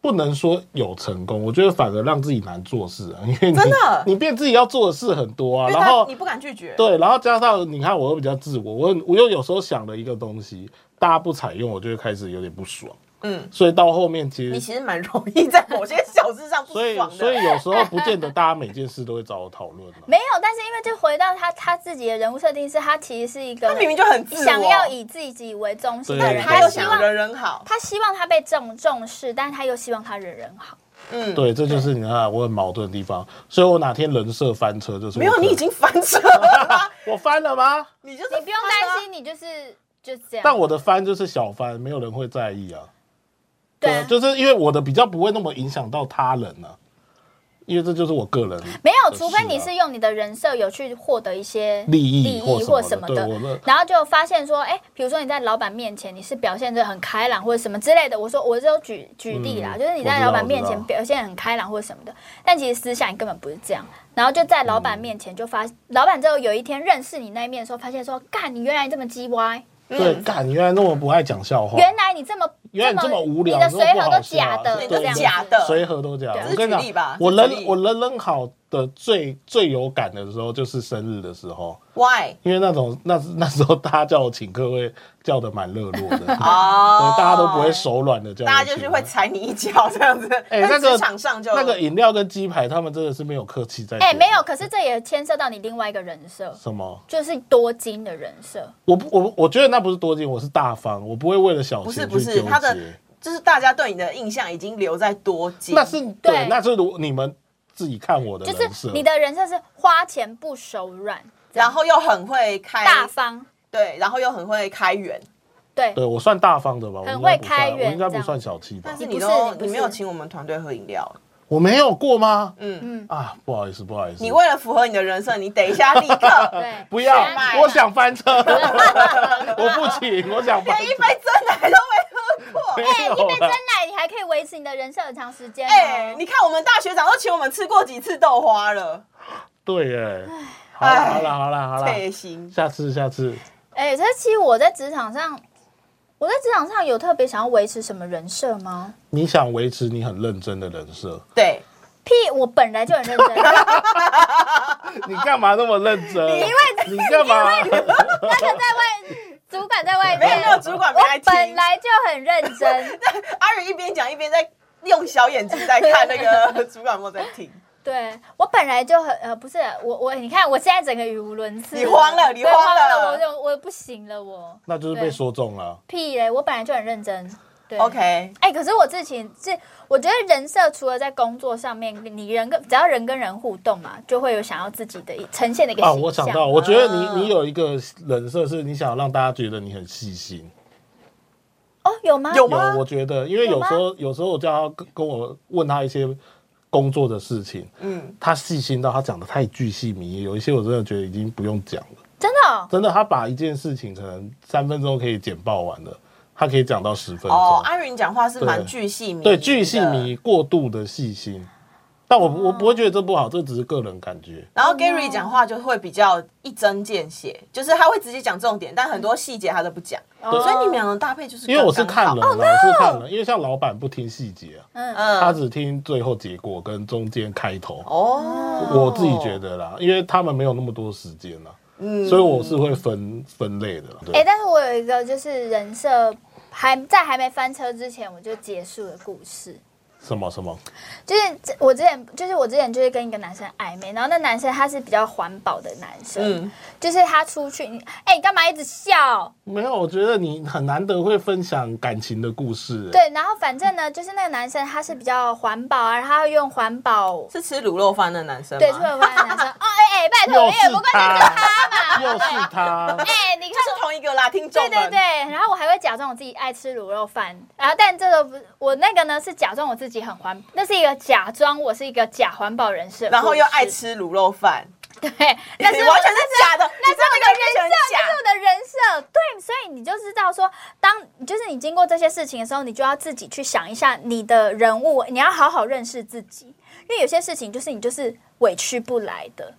Speaker 3: 不能说有成功，我觉得反而让自己难做事啊，因为你
Speaker 5: 真的
Speaker 3: 你变自己要做的事很多啊，
Speaker 5: 因为
Speaker 3: 然
Speaker 5: 他
Speaker 3: 后
Speaker 5: 你不敢拒绝。
Speaker 3: 对，然后加上你看我又比较自我，我我又有时候想了一个东西，大家不采用，我就会开始有点不爽，
Speaker 5: 嗯，
Speaker 3: 所以到后面其
Speaker 5: 你
Speaker 3: 实。
Speaker 5: 其实蛮容易在某些小事上不
Speaker 3: 所以，
Speaker 5: 爽的。
Speaker 3: 所以有时候不见得大家每件事都会找我讨论、啊。
Speaker 4: 没有，但是因为就回到他他自己的人物设定是，他其实是一个
Speaker 5: 他明明就很自我
Speaker 4: 想要以自己为中心的
Speaker 3: 对
Speaker 4: 人，
Speaker 5: 他又
Speaker 4: 希
Speaker 5: 想
Speaker 4: 望
Speaker 5: 人人好，
Speaker 4: 他希望他被重重视，但是他又希望他人人好。
Speaker 5: 嗯，，
Speaker 3: 对，这就是你看我很矛盾的地方。所以我哪天人设翻车，就是我
Speaker 5: 没有
Speaker 3: 可
Speaker 5: 你
Speaker 3: 能
Speaker 5: 已经翻车了 啊，
Speaker 3: 我翻了吗？
Speaker 5: 你就是
Speaker 4: 你不用
Speaker 5: 翻了啊
Speaker 4: 担，心，你就是就这样。
Speaker 3: 但我的翻就是小翻，没有人会在意啊。
Speaker 4: 对
Speaker 3: 对
Speaker 4: 啊，
Speaker 3: 就是因为我的比较不会那么影响到他人呢、因为这就是我个人
Speaker 4: 没有，
Speaker 3: 可是啊
Speaker 4: 除非你是用你的人设有去获得一些
Speaker 3: 利益
Speaker 4: 利益
Speaker 3: 或
Speaker 4: 或
Speaker 3: 什
Speaker 4: 什
Speaker 3: 么的
Speaker 4: 么的
Speaker 3: 对我的，
Speaker 4: 然后就发现说，哎，比如说你在老板面前你是表现的很开朗或者什么之类的，我说我就举举例啦，
Speaker 3: 嗯
Speaker 4: 就是你在老板面
Speaker 3: 我知道
Speaker 4: 前
Speaker 3: 我知
Speaker 4: 表现很开朗或什么的，但其实私下你根本不是这样。然后就在老板面前就发，老板之后有一天认识你那一面的时候，发现说，干你原来这么鸡歪，
Speaker 5: 嗯
Speaker 3: 对，干，原来那么不爱讲笑话，
Speaker 4: 原来你这么
Speaker 3: 哦原来你这么无聊
Speaker 4: 你的
Speaker 3: 这么
Speaker 4: 随
Speaker 3: 不
Speaker 4: 和
Speaker 3: 好
Speaker 4: 都
Speaker 3: 笑啊
Speaker 4: 假的，
Speaker 5: 对
Speaker 4: 这
Speaker 5: 都
Speaker 4: 样
Speaker 5: 假
Speaker 4: 子
Speaker 5: 的
Speaker 3: 随和都讲。
Speaker 5: 对啊
Speaker 3: 我跟
Speaker 5: 这是举
Speaker 3: 你
Speaker 5: 例
Speaker 3: 讲
Speaker 5: 吧，
Speaker 3: 我
Speaker 5: 这是
Speaker 3: 人
Speaker 5: 举例
Speaker 3: 我人人好的最最有感的时候就是生日的时候，
Speaker 5: ，why
Speaker 3: 因为那种那那时候大家叫我请客会叫的蛮热络的，对，
Speaker 5: 哦
Speaker 3: 大家都不会，手软的叫我请客，
Speaker 5: 大家就是会踩你一脚这样子。
Speaker 3: 啊哎、
Speaker 5: 在
Speaker 3: 那个
Speaker 5: 职场上就
Speaker 3: 那个饮料跟鸡排，他们真的是没有客气在。
Speaker 4: 哎、没有，，可是这也牵涉到你另外一个人设，
Speaker 3: 什么？
Speaker 4: 就是多金的人设。
Speaker 3: 我不我我觉得那不是多金，我是大方，我不会为了小
Speaker 5: 不是
Speaker 3: 钱
Speaker 5: 不
Speaker 3: 去
Speaker 5: 是
Speaker 3: 纠
Speaker 5: 他的
Speaker 3: 结。
Speaker 5: 就是大家对你的印象已经留在多金，
Speaker 3: 那是对
Speaker 4: 对，
Speaker 3: 那是如你们自己看我的
Speaker 4: 就
Speaker 3: 人设
Speaker 4: 是。你的人设是花钱不手软，
Speaker 5: 然后又很会开
Speaker 4: 大方，
Speaker 5: 对，然后又很会开源，
Speaker 4: 对，
Speaker 3: 对我算大方的吧，我
Speaker 4: 很
Speaker 3: 应该
Speaker 4: 会
Speaker 3: 不
Speaker 4: 开
Speaker 3: 算，我
Speaker 4: 源
Speaker 3: 应该
Speaker 4: 这
Speaker 3: 不
Speaker 4: 样
Speaker 3: 算小气吧
Speaker 5: 但？是
Speaker 4: 你
Speaker 5: 你
Speaker 4: 不
Speaker 5: 都
Speaker 4: 是你
Speaker 5: 你
Speaker 4: 不
Speaker 5: 没有
Speaker 4: 是
Speaker 5: 请我们团队喝饮料，
Speaker 3: 我没有过吗？
Speaker 5: 嗯，
Speaker 3: 啊，不好意思，不好意思，
Speaker 5: 你为了符合你的人设，你等一下立刻
Speaker 4: 对，
Speaker 3: 啊不要
Speaker 4: 现在，
Speaker 3: 我想翻车，我不请，我想翻
Speaker 5: 哎连一
Speaker 3: 车，
Speaker 5: 杯真奶都没喝过，
Speaker 3: 没
Speaker 4: 哎、一杯
Speaker 3: 有
Speaker 4: 真
Speaker 3: 啦。
Speaker 4: 奶你还还可以维持你的人设很长时间、哦。
Speaker 5: 哎、你看我们大学长都请我们吃过几次豆花了，
Speaker 3: 对耶，好了好了好了好了，
Speaker 5: 配心。
Speaker 3: 下次下次，
Speaker 4: 哎、可是其实我在职场上，我在职场上有特别想要维持什么人设吗？
Speaker 3: 你想维持你很认真的人设，
Speaker 5: 对，
Speaker 4: 屁，我本来就很认真，
Speaker 3: 你干嘛那么认真？因为你干 嘛？
Speaker 4: 那个在外主管在 外
Speaker 5: 没有
Speaker 4: 面
Speaker 5: 没，有主管没来
Speaker 4: 我本
Speaker 5: 听。
Speaker 4: 来就很认 真。
Speaker 5: 阿宇一边讲一边在用小眼睛在看那 个主管有没有在听，
Speaker 4: 对我本来就很呃，不是我我你看我现在整个语无伦次，
Speaker 5: 你慌了你
Speaker 4: 对
Speaker 5: 慌了
Speaker 4: 了，我就我不行了，我
Speaker 3: 那就是被说中了。
Speaker 4: 屁嘞，我本来就很认真。对
Speaker 5: OK，
Speaker 4: 哎、可是我之前是我觉得人设除了在工作上面，你人跟只要人跟人互动嘛，就会有想要自己的一呈现的一个
Speaker 3: 啊，
Speaker 4: 形
Speaker 3: 我想
Speaker 4: 象
Speaker 3: 到，我觉得
Speaker 5: 啊
Speaker 3: 你你有一个人设是你想让大家觉得你很细心。
Speaker 4: 哦，有吗？
Speaker 5: 有
Speaker 3: 有
Speaker 5: 吗，
Speaker 3: 我觉得，因为
Speaker 4: 有
Speaker 3: 有
Speaker 4: 吗
Speaker 3: 时候有时候我叫他跟跟我问他一些工作的事情，
Speaker 5: 嗯，
Speaker 3: 他细心到他讲的太巨细靡遗，有一些我真的觉得已经不用讲了。
Speaker 4: 真的、哦，
Speaker 3: 真的，他把一件事情可能三分钟可以简报完的，他可以讲到十分钟。
Speaker 5: 哦，阿宇你讲话是蛮
Speaker 3: 对
Speaker 5: 巨细迷，
Speaker 3: 对，巨细靡，遗，过度的细心。但我不我不会觉得这不好，这只是个人感觉。
Speaker 5: 然后 Gary 讲话就会比较一针见血，就是他会直接讲重点，但很多细节他都不讲，所以你们两个搭配就是
Speaker 3: 嗯因为我是
Speaker 5: 刚刚
Speaker 3: 看
Speaker 5: 好
Speaker 3: 人，，我是看人，因为像老板不听细节啊，
Speaker 4: 哦嗯，
Speaker 5: 嗯
Speaker 3: 他只听最后结果跟中间开头。
Speaker 5: 哦，
Speaker 3: 我自己觉得啦，因为他们没有那么多时间啦，
Speaker 5: 嗯
Speaker 3: 所以我是会分分类的啦。对，
Speaker 4: 哎、但是我有一个就是人设还在还没翻车之前我就结束的故事，
Speaker 3: 什么什么，
Speaker 4: 就是这我之前就是我之前就是跟一个男生暧昧，然后那男生他是比较环保的男生，
Speaker 5: 嗯，
Speaker 4: 就是他出去，你哎、你干嘛一直笑？
Speaker 3: 没有，我觉得你很难得会分享感情的故事。，欸
Speaker 4: 对，然后反正呢，就是那个男生他是比较环保啊，然后他会用环保。
Speaker 5: 是吃卤肉饭的男生吗
Speaker 4: 对，出了湾 的男生，哦，哎、哎、拜托，
Speaker 3: 又
Speaker 4: 我也
Speaker 3: 是
Speaker 4: 不过就是
Speaker 3: 他，
Speaker 4: 他嘛，
Speaker 3: 又是他，
Speaker 4: 哎、你看
Speaker 5: 就，是同一个啦，听众
Speaker 4: 对
Speaker 5: 们，
Speaker 4: 对对，然后我还会假装我自己爱吃卤肉饭，然后但这个不，我那个呢是假装我自己很环，那是一个假装我是一个假环保人士，
Speaker 5: 然后又爱，吃卤肉饭，
Speaker 4: 对，但是
Speaker 5: 你
Speaker 4: 我
Speaker 5: 完全是假的，
Speaker 4: 那是我的人设，
Speaker 5: 假
Speaker 4: 那是我的人设。对，所以你就知道说，当就是你经过这些事情的时候，你就要自己去想一下你的人物，你要好好认识自己，因为有些事情就是你就是委屈不来的。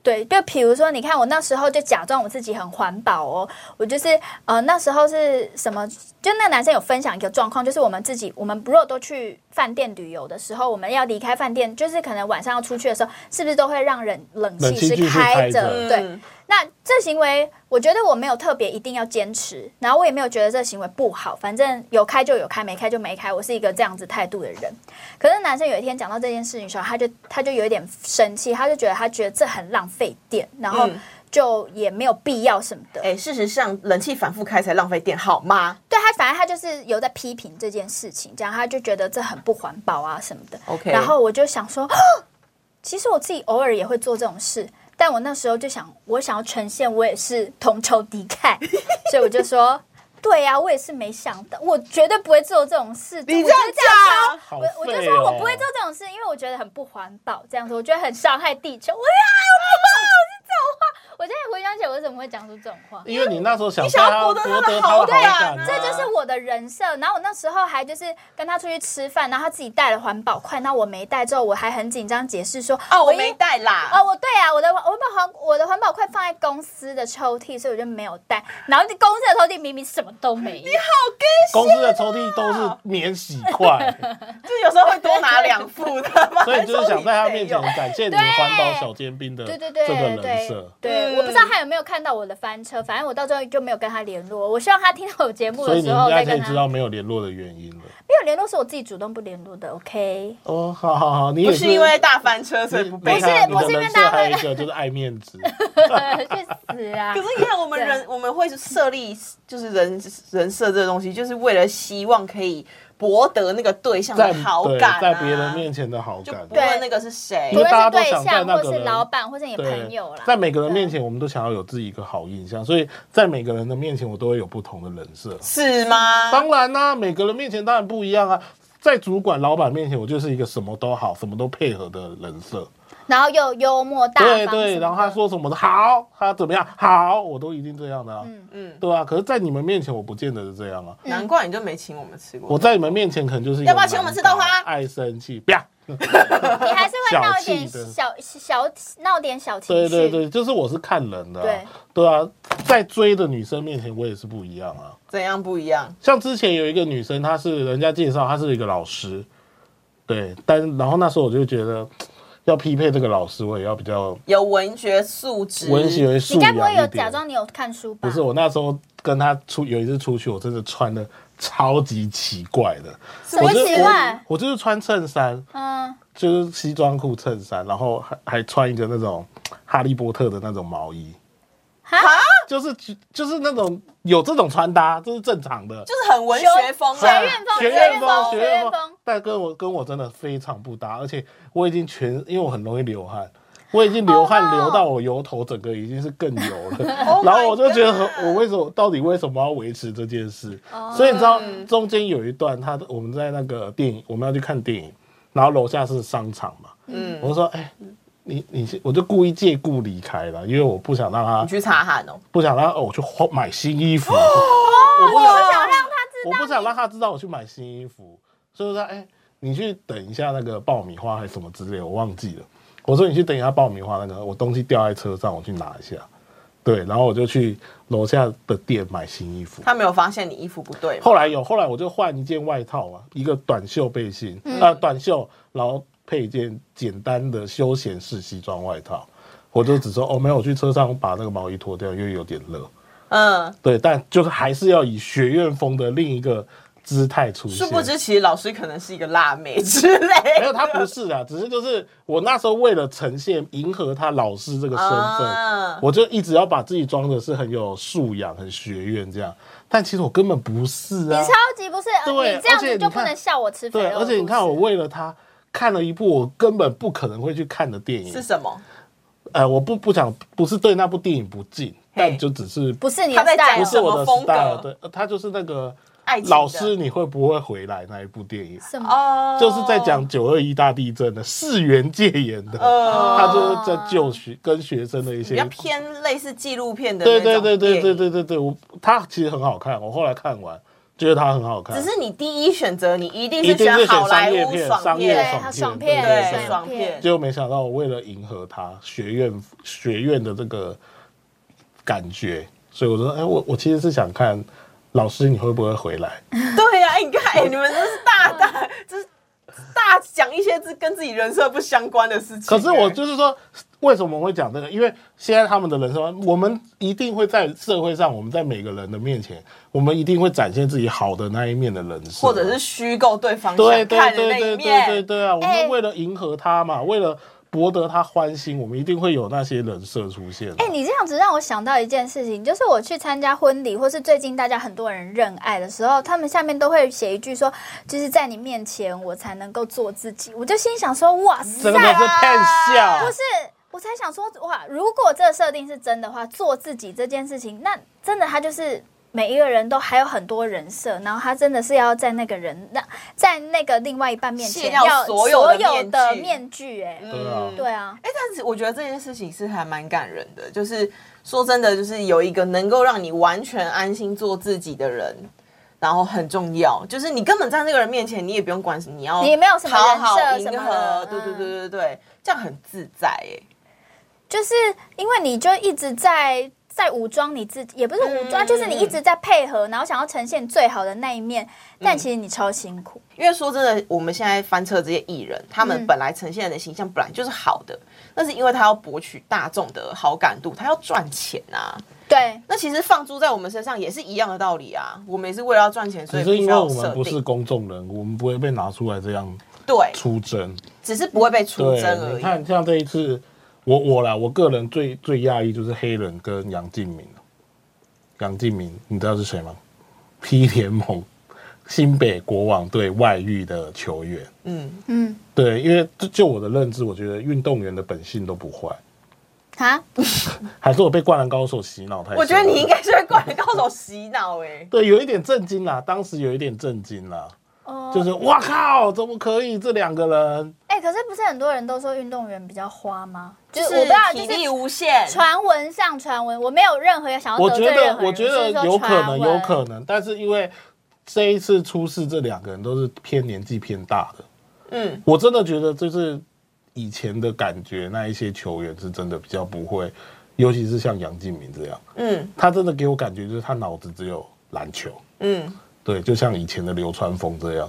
Speaker 4: 对，就比如说，你看我那时候就假装我自己很环保哦，我就是呃那时候是什么？就那个男生有分享一个状况，就是我们自己，我们如果都去饭店旅游的时候，我们要离开饭店，就是可能晚上要出去的时候，是不是都会让人冷
Speaker 3: 冷
Speaker 4: 气
Speaker 3: 气
Speaker 4: 是
Speaker 3: 继续
Speaker 4: 开
Speaker 3: 开
Speaker 4: 着？
Speaker 3: 着
Speaker 5: 嗯
Speaker 4: 对，那这行为，我觉得我没有特别一定要坚持，然后我也没有觉得这行为不好，反正有开就有开，没开就没开，我是一个这样子态度的人。可是男生有一天讲到这件事情的时候，他就他就有一点生气，他就觉得他觉得这很浪费电，然后
Speaker 5: 嗯
Speaker 4: 就也没有必要什么的。
Speaker 5: 哎，事实上冷气反复开才浪费电，好吗
Speaker 4: 对他，反正他就是有在批评这件事情，这样他就觉得这很不环保啊什么的。
Speaker 5: ？OK，
Speaker 4: 然后我就想说，啊其实我自己偶尔也会做这种事，但我那时候就想，我想要呈现我也是同仇敌忾，所以我就说，对呀、我也是没想到，我绝对不会做这啊种事。
Speaker 5: 你这
Speaker 4: 我
Speaker 5: 样
Speaker 4: 就说
Speaker 5: 讲，
Speaker 3: 好
Speaker 4: 我我就
Speaker 3: 废
Speaker 4: 说
Speaker 3: 哦
Speaker 4: 我不会做这种事，因为我觉得很不环保，这样子我觉得很伤害地球。我呀，我不会，我是这种话。我现在回想起来，我怎么会讲出这种话？
Speaker 3: 因为你那时候想
Speaker 5: 你想要
Speaker 3: 他
Speaker 5: 博得他的好
Speaker 3: 好
Speaker 5: 感
Speaker 3: 感啊，
Speaker 5: 对
Speaker 4: 这就是我的人设。然后我那时候还就是跟他出去吃饭，然后他自己带了环保筷，那我没带之后，我还很紧张解释说，
Speaker 5: 哦，我
Speaker 4: 因
Speaker 5: 没带啦，
Speaker 4: 哦，我对啊，我的环我把环我的环保筷放在公司的抽屉，所以我就没有带。然后公司的抽屉明明什么都没有，
Speaker 3: 公司的抽屉都是
Speaker 4: 啊
Speaker 3: 免洗筷，
Speaker 5: 就是有时候会多拿两副的 嘛，
Speaker 3: 所以你就是想在他面 前
Speaker 5: 还是
Speaker 3: 展现你环保小尖兵的
Speaker 4: 对对对
Speaker 3: 这个人
Speaker 4: 对
Speaker 3: 设。
Speaker 4: 对，
Speaker 5: 嗯
Speaker 4: 我不知道他有没有看到我的翻车，反正我到最后就没有跟他联络。我希望他听到我节目
Speaker 3: 所以
Speaker 4: 的
Speaker 3: 你
Speaker 4: 时
Speaker 3: 应
Speaker 4: 候
Speaker 3: 该
Speaker 4: 再
Speaker 3: 可以
Speaker 4: 跟
Speaker 3: 知
Speaker 4: 他
Speaker 3: 道没有联络的原因了。
Speaker 4: 没有联络是我自己主动不联络的，OK？
Speaker 3: 哦，好好好，你
Speaker 5: 不
Speaker 3: 也
Speaker 5: 是因为大翻车所以
Speaker 3: 你
Speaker 5: 不
Speaker 3: 你
Speaker 5: 被
Speaker 4: 不是
Speaker 3: 看你
Speaker 4: 不是
Speaker 3: 的
Speaker 4: 因为
Speaker 3: 人
Speaker 4: 大
Speaker 3: 设
Speaker 4: 家
Speaker 3: 还
Speaker 4: 会
Speaker 3: 有一个就是爱 面子，
Speaker 4: 去死啊
Speaker 5: 可！是你看，我们人我们会设立就是人人设这个东西，就是为了希望可以博得那个对象
Speaker 3: 在
Speaker 5: 的好
Speaker 3: 对
Speaker 5: 感、啊，
Speaker 3: 在别人面前的好
Speaker 5: 就
Speaker 3: 感
Speaker 5: 不。论那个是谁
Speaker 4: 无。
Speaker 3: 对
Speaker 4: 论
Speaker 3: 大
Speaker 4: 是
Speaker 3: 家都
Speaker 4: 对
Speaker 3: 想在
Speaker 4: 象，
Speaker 3: 那
Speaker 4: 或
Speaker 3: 个
Speaker 4: 是
Speaker 3: 人
Speaker 4: 老板，或是你的
Speaker 3: 对
Speaker 4: 朋友啦，
Speaker 3: 在每个人
Speaker 4: 对
Speaker 3: 面前，我们都想要有自己一个好印象，所以在每个人的面前，我都会有不同的人设。
Speaker 5: 是吗？
Speaker 3: 当然啦、每个人面前当然不一样啊。在主管、老板面前，我就是一个什么都好、什么都配合的人设。
Speaker 4: 然后又幽默大方什
Speaker 3: 对
Speaker 4: 么的，
Speaker 3: 对，然后他说什么的好，他怎么样好，我都一定这样的、啊，
Speaker 5: 嗯，
Speaker 3: 对啊。可是，在你们面前，我不见得是这样啊。
Speaker 4: 嗯
Speaker 5: 难怪你就没请我们吃过。
Speaker 3: 我在你们面前可能就是一个
Speaker 5: 要不要请我们吃豆花
Speaker 3: 蛮爱生气，不要。
Speaker 4: 你还是会闹一点
Speaker 3: 小气的
Speaker 4: 小小闹点小情
Speaker 3: 对
Speaker 4: 绪，
Speaker 3: 对对，就是我是看人的、啊，
Speaker 4: 对
Speaker 3: 对啊，在追的女生面前，我也是不一样啊。
Speaker 5: 怎样不一样？
Speaker 3: 像之前有一个女生，她是人家介绍，她是一个老师，对，但然后那时候我就觉得要匹配这个老师，我也要比较
Speaker 5: 有文学素质，
Speaker 3: 文学
Speaker 4: 你
Speaker 3: 素
Speaker 4: 该不
Speaker 3: 养
Speaker 4: 会
Speaker 3: 一
Speaker 4: 有
Speaker 3: 点。
Speaker 4: 假装你有看书吧？
Speaker 3: 不是，我那时候跟她出有一次出去，我真的穿的超级奇怪的，
Speaker 4: 什么
Speaker 3: 我就
Speaker 4: 奇怪？
Speaker 3: 我就是穿衬衫，
Speaker 4: 嗯，
Speaker 3: 就是西装裤、衬衫，然后还还穿一个那种哈利波特的那种毛衣，
Speaker 4: 哈，
Speaker 3: 就是就是那种有这种穿搭，这是正常的。
Speaker 5: 就是很文学风
Speaker 4: 学
Speaker 5: 啊
Speaker 4: 学。院风
Speaker 3: 学
Speaker 4: 院
Speaker 3: 院风，
Speaker 4: 学
Speaker 3: 学
Speaker 4: 院
Speaker 3: 院
Speaker 4: 风
Speaker 3: 风，但跟我跟我真的非常不搭，而且我已经全，因为我很容易流汗，我已经流汗
Speaker 4: no
Speaker 3: 流到我油头整个已经是更油了
Speaker 4: Oh
Speaker 5: Oh，my
Speaker 3: 然后我就觉得
Speaker 5: God
Speaker 3: 很我为什么到底为什么要维持这件事？
Speaker 4: 哦
Speaker 3: 所以你知道中间有一段，他我们在那个电影，我们要去看电影，然后楼下是商场嘛，
Speaker 5: 嗯，
Speaker 3: 我就说哎。你你先我就故意借故离开了，因为我不想让他
Speaker 5: 你去擦汗哦。
Speaker 3: 不想让哦，我去花买新衣服，
Speaker 4: 哦
Speaker 3: 我不想
Speaker 4: 想让他知
Speaker 3: 我不想让他知道我去买新衣服，所以我说，哎、你去等一下那个爆米花还是什么之类，我忘记了。我说你去等一下爆米花那个，我东西掉在车上，我去拿一下。对，然后我就去楼下的店买新衣服。
Speaker 5: 他没有发现你衣服不对吗？
Speaker 3: 后来有，后来我就换一件外套嘛，一个短袖背心，呃，短袖，然后配一件简单的休闲式西装外套。我就只说哦，没有，我去车上把那个毛衣脱掉，因为有点热。
Speaker 5: 嗯，
Speaker 3: 对，但就是还是要以学院风的另一个姿态出现。
Speaker 5: 殊不知其实老师可能是一个辣妹之类的。
Speaker 3: 没有，他不是啊，只是就是我那时候为了呈现迎合他老师这个身份，
Speaker 5: 啊
Speaker 3: 我就一直要把自己装的是很有素养、很学院这样，但其实我根本不是
Speaker 4: 你
Speaker 3: 啊
Speaker 4: 超。级不是，呃
Speaker 3: 对
Speaker 4: 你这样
Speaker 3: 而且
Speaker 4: 子
Speaker 3: 你
Speaker 4: 就不
Speaker 3: 看
Speaker 4: 能笑我吃肥
Speaker 3: 对，
Speaker 5: 哦
Speaker 4: 肉的
Speaker 3: 而且你看，
Speaker 4: 故
Speaker 3: 我
Speaker 4: 事
Speaker 3: 为了他看了一部我根本不可能会去看的电影
Speaker 5: 是，什么？
Speaker 3: 呃，我不不想不是对那部电影不敬，
Speaker 5: 嘿
Speaker 3: 但就只是
Speaker 4: 不是你
Speaker 5: 他在
Speaker 4: 的 style，
Speaker 5: 讲
Speaker 3: 不是我
Speaker 5: 什么
Speaker 3: 的
Speaker 5: 风格
Speaker 3: style，对，呃他就是那个
Speaker 5: 爱情的
Speaker 3: 老师你会不会回来那一部电影，
Speaker 4: 什么？
Speaker 5: 哦，
Speaker 3: 就是在讲九二一大地震的世元戒严的。
Speaker 5: 呃，
Speaker 3: 他就是在救学跟学生的一
Speaker 5: 比
Speaker 3: 些
Speaker 5: 较，偏类似纪录片的那
Speaker 3: 对
Speaker 5: 种
Speaker 3: 对对对对
Speaker 5: 电影。
Speaker 3: 对对对，我他其实很好看，我后来看完觉得他很好看，
Speaker 5: 只是你第一选择，你一定
Speaker 3: 一定
Speaker 5: 选
Speaker 3: 是
Speaker 5: 好
Speaker 3: 选
Speaker 5: 莱
Speaker 3: 商业
Speaker 5: 坞
Speaker 3: 片、
Speaker 5: 爽
Speaker 3: 商业
Speaker 5: 片，
Speaker 4: 对
Speaker 3: 爽
Speaker 4: 片
Speaker 3: 对
Speaker 4: 对
Speaker 5: 对，
Speaker 3: 对
Speaker 4: 爽
Speaker 5: 爽
Speaker 4: 片
Speaker 5: 片。
Speaker 3: 结果没想到我为了迎合他学院学院的这个感觉，所以我说，哎，我我其实是想看老师你会不会回来？
Speaker 5: 对呀、哎你看，哎、你们这是大大，这是大讲一些这跟自己人设不相关的事情。
Speaker 3: 可是我
Speaker 5: 哎
Speaker 3: 就是说，为什么我会讲这个？因为现在他们的人生观，我们一定会在社会上，我们在每个人的面前，我们一定会展现自己好的那一面的人生，
Speaker 5: 或者是虚构对方
Speaker 3: 对
Speaker 5: 想
Speaker 3: 对
Speaker 5: 看的
Speaker 3: 对
Speaker 5: 那一
Speaker 3: 对对对
Speaker 5: 面，
Speaker 3: 对啊！我
Speaker 4: 哎
Speaker 3: 们为了迎合他嘛，为了博得他欢心，我们一定会有那些人设出现啊。
Speaker 4: 哎、你这样子让我想到一件事情，就是我去参加婚礼，或是最近大家很多人认爱的时候，他们下面都会写一句说，就是在你面前我才能够做自己。我就心想说，哇
Speaker 3: 真
Speaker 4: 塞
Speaker 3: 的，是骗笑
Speaker 4: 不，是，我才想说，哇，如果这设定是真的话，做自己这件事情，那真的他就是每一个人都还有很多人设，然后他真的是要在那个人那在那个另外一半面
Speaker 5: 卸
Speaker 4: 前
Speaker 5: 掉
Speaker 4: 要
Speaker 5: 所有
Speaker 4: 有
Speaker 5: 的
Speaker 4: 的面
Speaker 5: 面
Speaker 4: 具、哎、
Speaker 3: 对啊
Speaker 4: 对啊，
Speaker 5: 哎、但是我觉得这件事情是还蛮感人的，就是说真的，就是有一个能够让你完全安心做自己的人，然后很重要。就是你根本在那个人面前，你也不用管什么，你要
Speaker 4: 你没有什么
Speaker 5: 讨
Speaker 4: 人设
Speaker 5: 好
Speaker 4: 什么
Speaker 5: 迎
Speaker 4: 的
Speaker 5: 合，对对对对对，这样很自在哎、
Speaker 4: 就是因为你就一直在。在武装你自己，也不是武装，
Speaker 5: 嗯
Speaker 4: 就是你一直在配合，然后想要呈现最好的那一面，但
Speaker 5: 嗯
Speaker 4: 其实你超辛苦。
Speaker 5: 因为说真的，我们现在翻车这些艺人，他
Speaker 4: 嗯
Speaker 5: 们本来呈现的形象本来就是好的，那是因为他要博取大众的好感度，他要赚钱啊。
Speaker 4: 对，
Speaker 5: 那其实放诸在我们身上也是一样的道理啊，我们也是为了要赚钱，所
Speaker 3: 只
Speaker 5: 以
Speaker 3: 是
Speaker 5: 必须
Speaker 3: 因为
Speaker 5: 要
Speaker 3: 我
Speaker 5: 有设
Speaker 3: 们不是
Speaker 5: 定。
Speaker 3: 公众人物，我们不会被拿出来这样
Speaker 5: 对，
Speaker 3: 出征。
Speaker 5: 只是不会被出
Speaker 3: 对
Speaker 5: 征，而
Speaker 3: 你
Speaker 5: 已。
Speaker 3: 看像这一次，我我啦，我个人最最讶异就是黑人跟杨敬敏。杨敬敏，你知道是谁吗？P 联盟新北国王队外遇的球员。
Speaker 5: 嗯，
Speaker 4: 嗯，
Speaker 3: 对，因为就就我的认知，我觉得运动员的本性都不坏，
Speaker 4: 啊，
Speaker 3: 还是我被《灌篮高手》洗脑太深了。
Speaker 5: 我觉得你应该是被灌篮高手洗脑哎、
Speaker 3: 对有一点震惊啦，当时有一点震惊啦。
Speaker 4: 哦
Speaker 3: 就是哇靠，怎么可以这两个人？
Speaker 4: 哎、可是不是很多人都说运动员比较花吗？ 就是我
Speaker 5: 是
Speaker 4: 不知道，就
Speaker 5: 体力
Speaker 4: 是
Speaker 5: 无限，
Speaker 4: 传闻上传闻，我没有任何
Speaker 5: 哦
Speaker 4: 想要
Speaker 3: 我
Speaker 4: 得
Speaker 3: 觉
Speaker 4: 罪任何
Speaker 3: 得，
Speaker 4: 人，
Speaker 3: 我觉得
Speaker 4: 是说
Speaker 3: 有可能，
Speaker 4: 传闻
Speaker 3: 有可能，但是因为这一次出事，这两个人都是偏年纪偏大的，
Speaker 5: 嗯，
Speaker 3: 我真的觉得就是以前的感觉，那一些球员是真的比较不会，尤其是像杨敬敏这样，
Speaker 5: 嗯
Speaker 3: 他真的给我感觉就是他脑子只有篮球，
Speaker 5: 嗯，
Speaker 3: 对，就像以前的流川枫这样，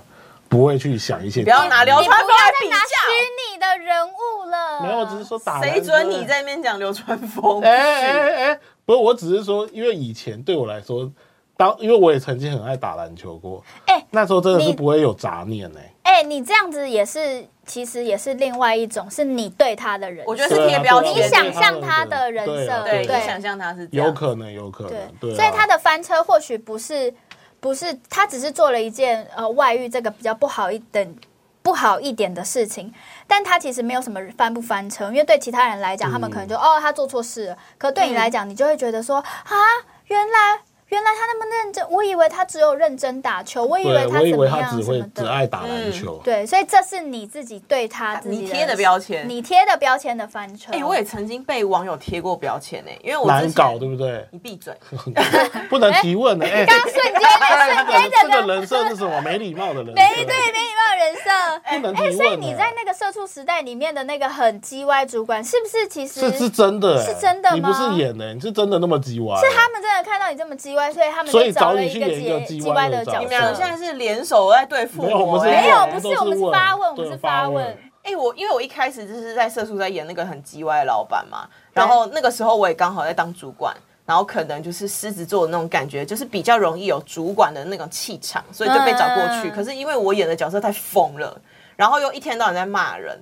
Speaker 3: 不会去想一些
Speaker 5: 不要拿流
Speaker 4: 你
Speaker 5: 川
Speaker 4: 不要
Speaker 5: 枫来
Speaker 4: 再
Speaker 5: 比
Speaker 4: 拿
Speaker 5: 较，
Speaker 4: 虚拟的人物了。
Speaker 3: 没有，我只是说打篮
Speaker 5: 谁准你
Speaker 3: 球
Speaker 5: 在那边讲流川枫？
Speaker 3: 哎哎哎哎，不是，我只是说，因为以前对我来说，当因为我也曾经很爱打篮球过，
Speaker 4: 哎
Speaker 3: 那时候真的是
Speaker 4: 你
Speaker 3: 不会有杂念哎、
Speaker 4: 哎、你这样子也是，其实也是另外一种，是你对他的人设。
Speaker 5: 我觉得
Speaker 3: 对
Speaker 5: 是
Speaker 3: 啊
Speaker 5: 贴标
Speaker 3: 对
Speaker 5: 签，
Speaker 3: 啊
Speaker 4: 你想象
Speaker 3: 对啊
Speaker 4: 他的人
Speaker 3: 对啊
Speaker 4: 设
Speaker 5: 对，
Speaker 3: 对啊
Speaker 5: 你想象他是这样
Speaker 3: 有可能，有可能，对啊，
Speaker 4: 所以他的翻车或许不是不是他只是做了一件呃外遇这个比较不好一点不好一点的事情，但他其实没有什么翻不翻车，因为对其他人来讲，他们可能就、
Speaker 3: 嗯
Speaker 4: 哦他做错事了，可对你来讲，你就会觉得说啊原来。原来他那么认真，我以为他只有认真打球，我以为
Speaker 3: 对，
Speaker 4: 他
Speaker 3: 我以
Speaker 4: 怎么
Speaker 3: 为他
Speaker 4: 样
Speaker 3: 只
Speaker 4: 什
Speaker 3: 会
Speaker 4: 么
Speaker 3: 只
Speaker 4: 的。
Speaker 3: 爱打篮球，
Speaker 4: 对，所以这是你自己对他自己
Speaker 5: 你贴的标签
Speaker 4: 你贴的标签的翻车。
Speaker 5: 哎、我也曾经被网友贴过标签呢、因为我
Speaker 4: 嗯
Speaker 5: 之
Speaker 3: 难
Speaker 5: 前
Speaker 3: 搞，对啊不对？
Speaker 5: 你闭 嘴！
Speaker 3: 不能提问的，哎，
Speaker 4: 刚瞬 间被
Speaker 3: 这
Speaker 4: 瞬
Speaker 3: 个
Speaker 4: 间
Speaker 3: 人
Speaker 4: 整
Speaker 3: 这
Speaker 4: 哎个
Speaker 3: 个人设是什么？没礼貌的人设，
Speaker 4: 没对没礼貌的人设。
Speaker 3: 不能提
Speaker 4: 哎、
Speaker 3: 问。
Speaker 4: 所以你在那个社畜时代里面的那个很叽歪主管，是不是其实
Speaker 3: 是是真的欸，
Speaker 4: 是真的吗
Speaker 3: 你不是演的，你是真的那么叽歪？欸
Speaker 4: 是他们真的看到你这么叽歪，所以他们
Speaker 3: 所
Speaker 4: 就
Speaker 3: 以
Speaker 4: 找
Speaker 3: 找
Speaker 4: 了
Speaker 3: 你
Speaker 4: 一
Speaker 3: 去
Speaker 4: 个
Speaker 3: 演一个
Speaker 4: 叽
Speaker 3: 叽
Speaker 4: 叽
Speaker 3: 歪
Speaker 4: 歪
Speaker 3: 的
Speaker 4: 的
Speaker 3: 角
Speaker 4: 角
Speaker 5: 你们
Speaker 3: 色
Speaker 5: 两个现在是联手在对付
Speaker 3: 没有我
Speaker 5: 我、
Speaker 3: 们是
Speaker 5: 哎
Speaker 4: 没有，不
Speaker 3: 我们
Speaker 4: 是
Speaker 3: 都是
Speaker 4: 我们是
Speaker 3: 问
Speaker 4: 发问，我们
Speaker 3: 对
Speaker 4: 是
Speaker 3: 发
Speaker 4: 发问
Speaker 3: 问。
Speaker 5: 哎、我因为我一开始就是在社畜在演那个很叽歪的老板嘛，然后那个时候我也刚好在当主管，然后可能就是狮子座的那种感觉，就是比较容易有主管的那种气场，所以就被找过去。
Speaker 4: 嗯
Speaker 5: 可是因为我演的角色太疯了，然后又一天到晚在骂人。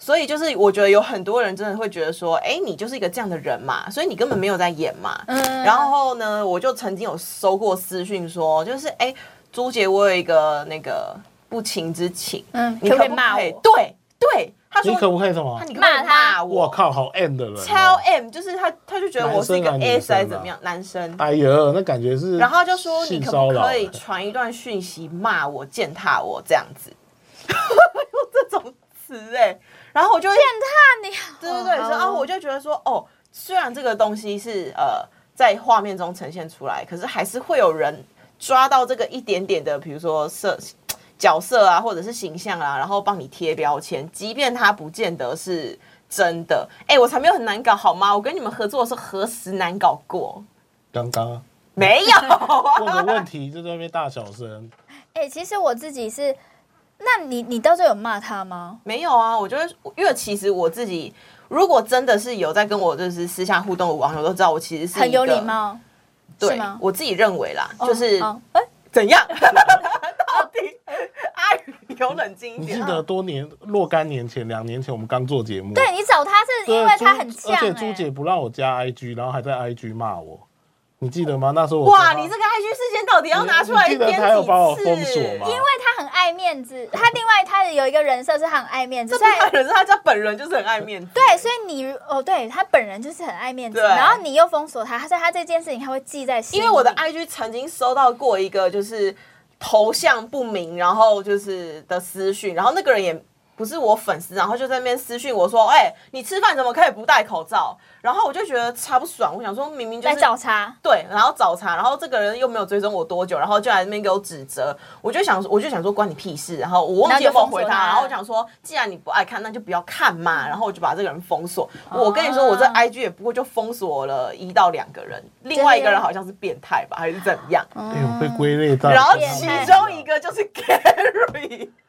Speaker 5: 所以就是，我觉得有很多人真的会觉得说，哎、你就是一个这样的人嘛，所以你根本没有在演嘛。
Speaker 4: 嗯
Speaker 5: 然后呢，我就曾经有收过私讯说，就是哎、朱姐，我有一个那个不情之请，
Speaker 4: 嗯，
Speaker 5: 你
Speaker 4: 可不可以
Speaker 5: 不
Speaker 4: 骂
Speaker 5: 可以
Speaker 4: 我？
Speaker 5: 对对，他说
Speaker 3: 你可不可以什么
Speaker 5: 他？你可不可以
Speaker 4: 骂他
Speaker 5: 骂我，
Speaker 3: 我，靠，好 end 的人哦，
Speaker 5: 超 M，就是他他就觉得我是一个
Speaker 3: 男生啊
Speaker 5: S 还是
Speaker 3: 女生啊
Speaker 5: 怎么样，男生，
Speaker 3: 哎呀，那感觉是，
Speaker 5: 然后他就说你
Speaker 3: 性
Speaker 5: 可
Speaker 3: 骚
Speaker 5: 不
Speaker 3: 扰
Speaker 5: 可以传一段讯息骂我、践踏我这样子， 用这种词哎、然后我就会
Speaker 4: 践踏你，
Speaker 5: 对对对，
Speaker 4: 哦
Speaker 5: 然后我就觉得说，哦，虽然这个东西是呃在画面中呈现出来，可是还是会有人抓到这个一点点的，比如说色角色啊，或者是形象啊，然后帮你贴标签，即便它不见得是真的。哎，我才没有很难搞好吗？我跟你们合作的时候何时难搞 过？
Speaker 3: 刚刚啊
Speaker 5: 没有，
Speaker 3: 问个问题就在那边大小 声，
Speaker 4: 哎、其实我自己是，那你你到时候有骂他吗？
Speaker 5: 没有啊，我觉得，因为其实我自己。如果真的是有在跟我就是私下互动的网友都知道，我其实是一个
Speaker 4: 很有礼，貌，是
Speaker 5: 对
Speaker 4: 吗，
Speaker 5: 我自己认为啦，就是
Speaker 4: 哦哎、
Speaker 5: 怎 样？到底阿宇有冷静一
Speaker 3: 你
Speaker 5: 点
Speaker 3: 记。得多年若干年前，两年前我们刚做节目，
Speaker 4: 对你找他是
Speaker 3: 对，
Speaker 4: 因为他很
Speaker 3: 朱
Speaker 4: 犟、
Speaker 3: 而且
Speaker 4: 哎，
Speaker 3: 朱姐不让我加 IG，然后还在 IG 骂我，你记得吗？那时候我
Speaker 5: 哇，
Speaker 3: 说
Speaker 5: 你这个 IG 事件到底要拿出来
Speaker 3: 你
Speaker 5: 编
Speaker 3: 记
Speaker 5: 几次？
Speaker 3: 得他有把我封锁吗？
Speaker 4: 因为他很爱面子，他另外他有一个人设是他很爱面子，
Speaker 5: 这不
Speaker 4: 所以
Speaker 5: 是他人，是他家本人就是很爱面子。
Speaker 4: 对，所以你哦，对他本人就是很爱面子，
Speaker 5: 对
Speaker 4: 然后你又封锁他，所以他这件事情他会记在心里。
Speaker 5: 因为我的 IG 曾经收到过一个就是头像不明，然后就是的私讯，然后那个人也不是我粉丝，然后就在那边私讯我说：“哎、你吃饭怎么可以不戴口罩？”然后我就觉得超不爽，我想说明明就
Speaker 4: 来
Speaker 5: 是
Speaker 4: 找茬，
Speaker 5: 对，然后找茬，然后这个人又没有追踪我多久，然后就来那边给我指责，我就想，我就想说关你屁事，然后我忘记有没
Speaker 4: 然
Speaker 5: 有
Speaker 4: 后就
Speaker 5: 回
Speaker 4: 封锁他
Speaker 5: 他，然后我想说，既然你不爱看，那就不要看嘛，然后我就把这个人封锁。我跟你说，我 这 IG 也不过就封锁了一到两个人，另外一个人好像是变态吧，还是怎样？
Speaker 3: 哎我被归类在，
Speaker 5: 然后
Speaker 4: 嗯变
Speaker 5: 其
Speaker 4: 态
Speaker 5: 中一个就是 Gary，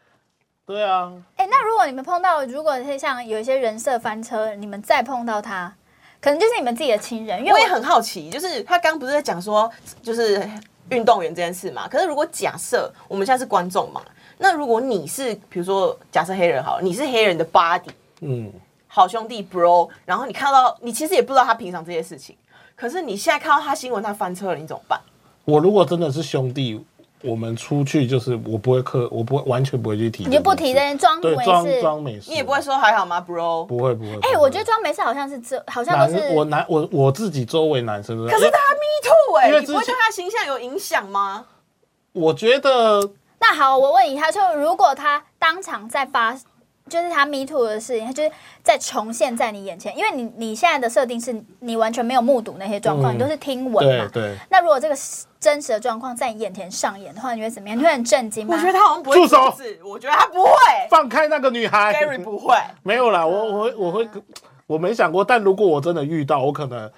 Speaker 3: 对啊，
Speaker 4: 哎，那如果你们碰到，如果是像有一些人设翻车，你们再碰到他，可能就是你们自己的亲人，因为
Speaker 5: 我也很好奇，就是他刚不是在讲说，就是运动员这件事嘛？可是如果假设我们现在是观众嘛，那如果你是比如说假设黑人好了，你是黑人的 body
Speaker 3: 嗯，
Speaker 5: 好兄弟 bro，然后你看到你其实也不知道他平常这些事情，可是你现在看到他新闻他翻车了，你怎么办？
Speaker 3: 我如果真的是兄弟，我们出去就是我不会客，我不会完全不会去提，
Speaker 4: 你就不提这件装
Speaker 3: 对
Speaker 4: 没
Speaker 3: 装
Speaker 4: 事。
Speaker 3: 装没事，
Speaker 5: 你也不会说还好吗，bro？
Speaker 3: 不会不会。
Speaker 4: 哎，
Speaker 3: 不会
Speaker 4: 我觉得装没事好像是这，好像都
Speaker 3: 男
Speaker 4: 是
Speaker 3: 我男我我自己周围男生都这
Speaker 5: 可
Speaker 3: 样，
Speaker 5: 是他 me too 哎、
Speaker 3: 因为
Speaker 5: 你
Speaker 3: 之
Speaker 5: 不会
Speaker 3: 前
Speaker 5: 对他形象有影响吗？
Speaker 3: 我觉得
Speaker 4: 那好，我问一下，就如果他当场在发，就是他 me too 的事情，他就是在重现在你眼前，因为你你现在的设定是你完全没有目睹那些状况，
Speaker 3: 嗯
Speaker 4: 你都是听闻
Speaker 3: 对
Speaker 4: 嘛。
Speaker 3: 对，
Speaker 4: 那如果这个真实的状况在你眼前上演的话，你会怎么样？你会很震惊吗？
Speaker 5: 我觉得他好像不会
Speaker 3: 住手
Speaker 5: 阻止，我觉得他 不会
Speaker 3: 放开那个女孩。
Speaker 5: ，Gary 不会。
Speaker 3: 没有啦，我我会我会我没想过，但如果我真的遇到，我可能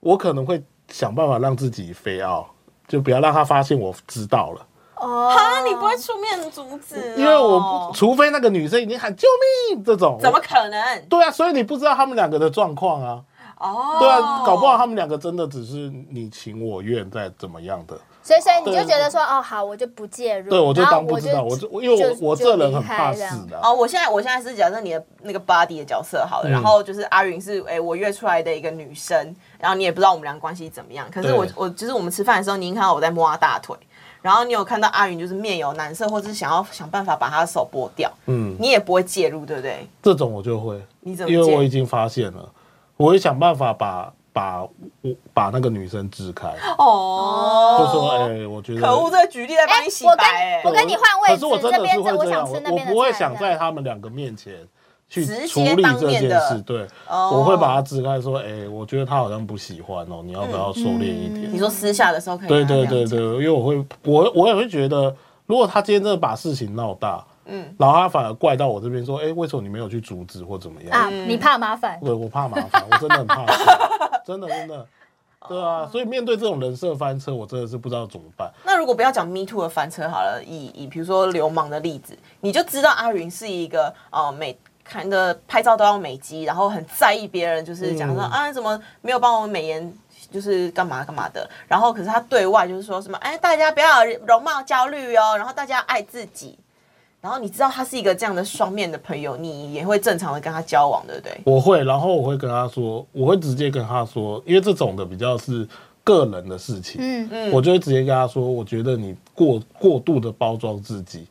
Speaker 3: 我可能会想办法让自己飞奥，就不要让他发现我知道了，
Speaker 4: 哦
Speaker 5: 啊，你不会出面阻止哦、
Speaker 3: 因为我不，除非那个女生已经喊救命这种，
Speaker 5: 怎么
Speaker 3: 我？
Speaker 5: 可能？
Speaker 3: 对啊，所以你不知道他们两个的状况啊，
Speaker 5: 哦，
Speaker 3: 对啊，搞不好他们两个真的只是你情我愿在怎么样的，
Speaker 4: 所以所以你就觉得说，哦，好，我就不介入，
Speaker 3: 对我就
Speaker 4: 然后
Speaker 3: 当不知道，我就我因为我我这人很怕死
Speaker 4: 的。
Speaker 3: 的、啊
Speaker 5: 哦，我现在我现在是假设你的那个 body 的角色好了，
Speaker 3: 嗯
Speaker 5: 然后就是阿云是哎、我约出来的一个女生，然后你也不知道我们俩关系怎么样，可是我
Speaker 3: 对
Speaker 5: 我就是我们吃饭的时候，你已经看到我在摸她大腿，然后你有看到阿云就是面有难色，或者是想要想办法把她的手剥掉，
Speaker 3: 嗯，
Speaker 5: 你也不会介入，对不对？
Speaker 3: 这种我就会，
Speaker 5: 你怎么介
Speaker 3: 因
Speaker 5: 入？
Speaker 3: 为我已经发现了，我会想办法把把我把那个女生支开，
Speaker 5: 哦，
Speaker 3: 就说哎、我觉得
Speaker 5: 可恶，这个局地在帮你洗白、哎
Speaker 4: 我跟你换位置
Speaker 3: 可是我真的是
Speaker 4: 这边这
Speaker 3: 会
Speaker 4: 我
Speaker 3: 这
Speaker 4: 想
Speaker 3: 样，
Speaker 4: 吃
Speaker 3: 我
Speaker 4: 那
Speaker 3: 我
Speaker 4: 边的
Speaker 3: 不会
Speaker 4: 菜
Speaker 3: 想
Speaker 4: 这
Speaker 3: 在
Speaker 4: 样
Speaker 3: 他们两个面前去
Speaker 5: 直
Speaker 3: 处
Speaker 5: 接
Speaker 3: 理
Speaker 5: 当
Speaker 3: 这
Speaker 5: 面
Speaker 3: 件
Speaker 5: 的
Speaker 3: 事，对，
Speaker 5: 哦
Speaker 3: 我会把他支开，说，哎，我觉得他好像不喜欢哦，你要不要收敛一点？
Speaker 5: 欸你说私下的时候可以
Speaker 3: 对
Speaker 4: 啊
Speaker 5: 跟她这
Speaker 3: 对
Speaker 5: 样
Speaker 3: 对对，因为我会，我我也会觉得，如果他今天真的把事情闹大，
Speaker 5: 嗯，
Speaker 3: 然后他反而怪到我这边说，哎，为什么你没有去阻止或怎么样？
Speaker 4: 啊，你怕麻烦，
Speaker 3: 对，我怕麻烦，我真的很怕麻烦，真的真的，对啊，所以面对这种人设翻车，我真的是不知道怎么办。
Speaker 5: 那如果不要讲 Me Too 的翻车好了，以以比如说流氓的例子，你就知道阿云是一个呃美看的拍照都要美肌，然后很在意别人，就是讲说、
Speaker 3: 嗯
Speaker 5: 啊怎么没有帮我美颜，就是干嘛干嘛的。然后可是他对外就是说什么哎大家不要有容貌焦虑哦，然后大家爱自己。然后你知道他是一个这样的双面的朋友，你也会正常的跟他交往，对不对？
Speaker 3: 我会，然后我会跟他说，我会直接跟他说，因为这种的比较是个人的事情，
Speaker 4: 嗯，
Speaker 5: 嗯
Speaker 3: 我就会直接跟他说，我觉得你过过度的包装自己，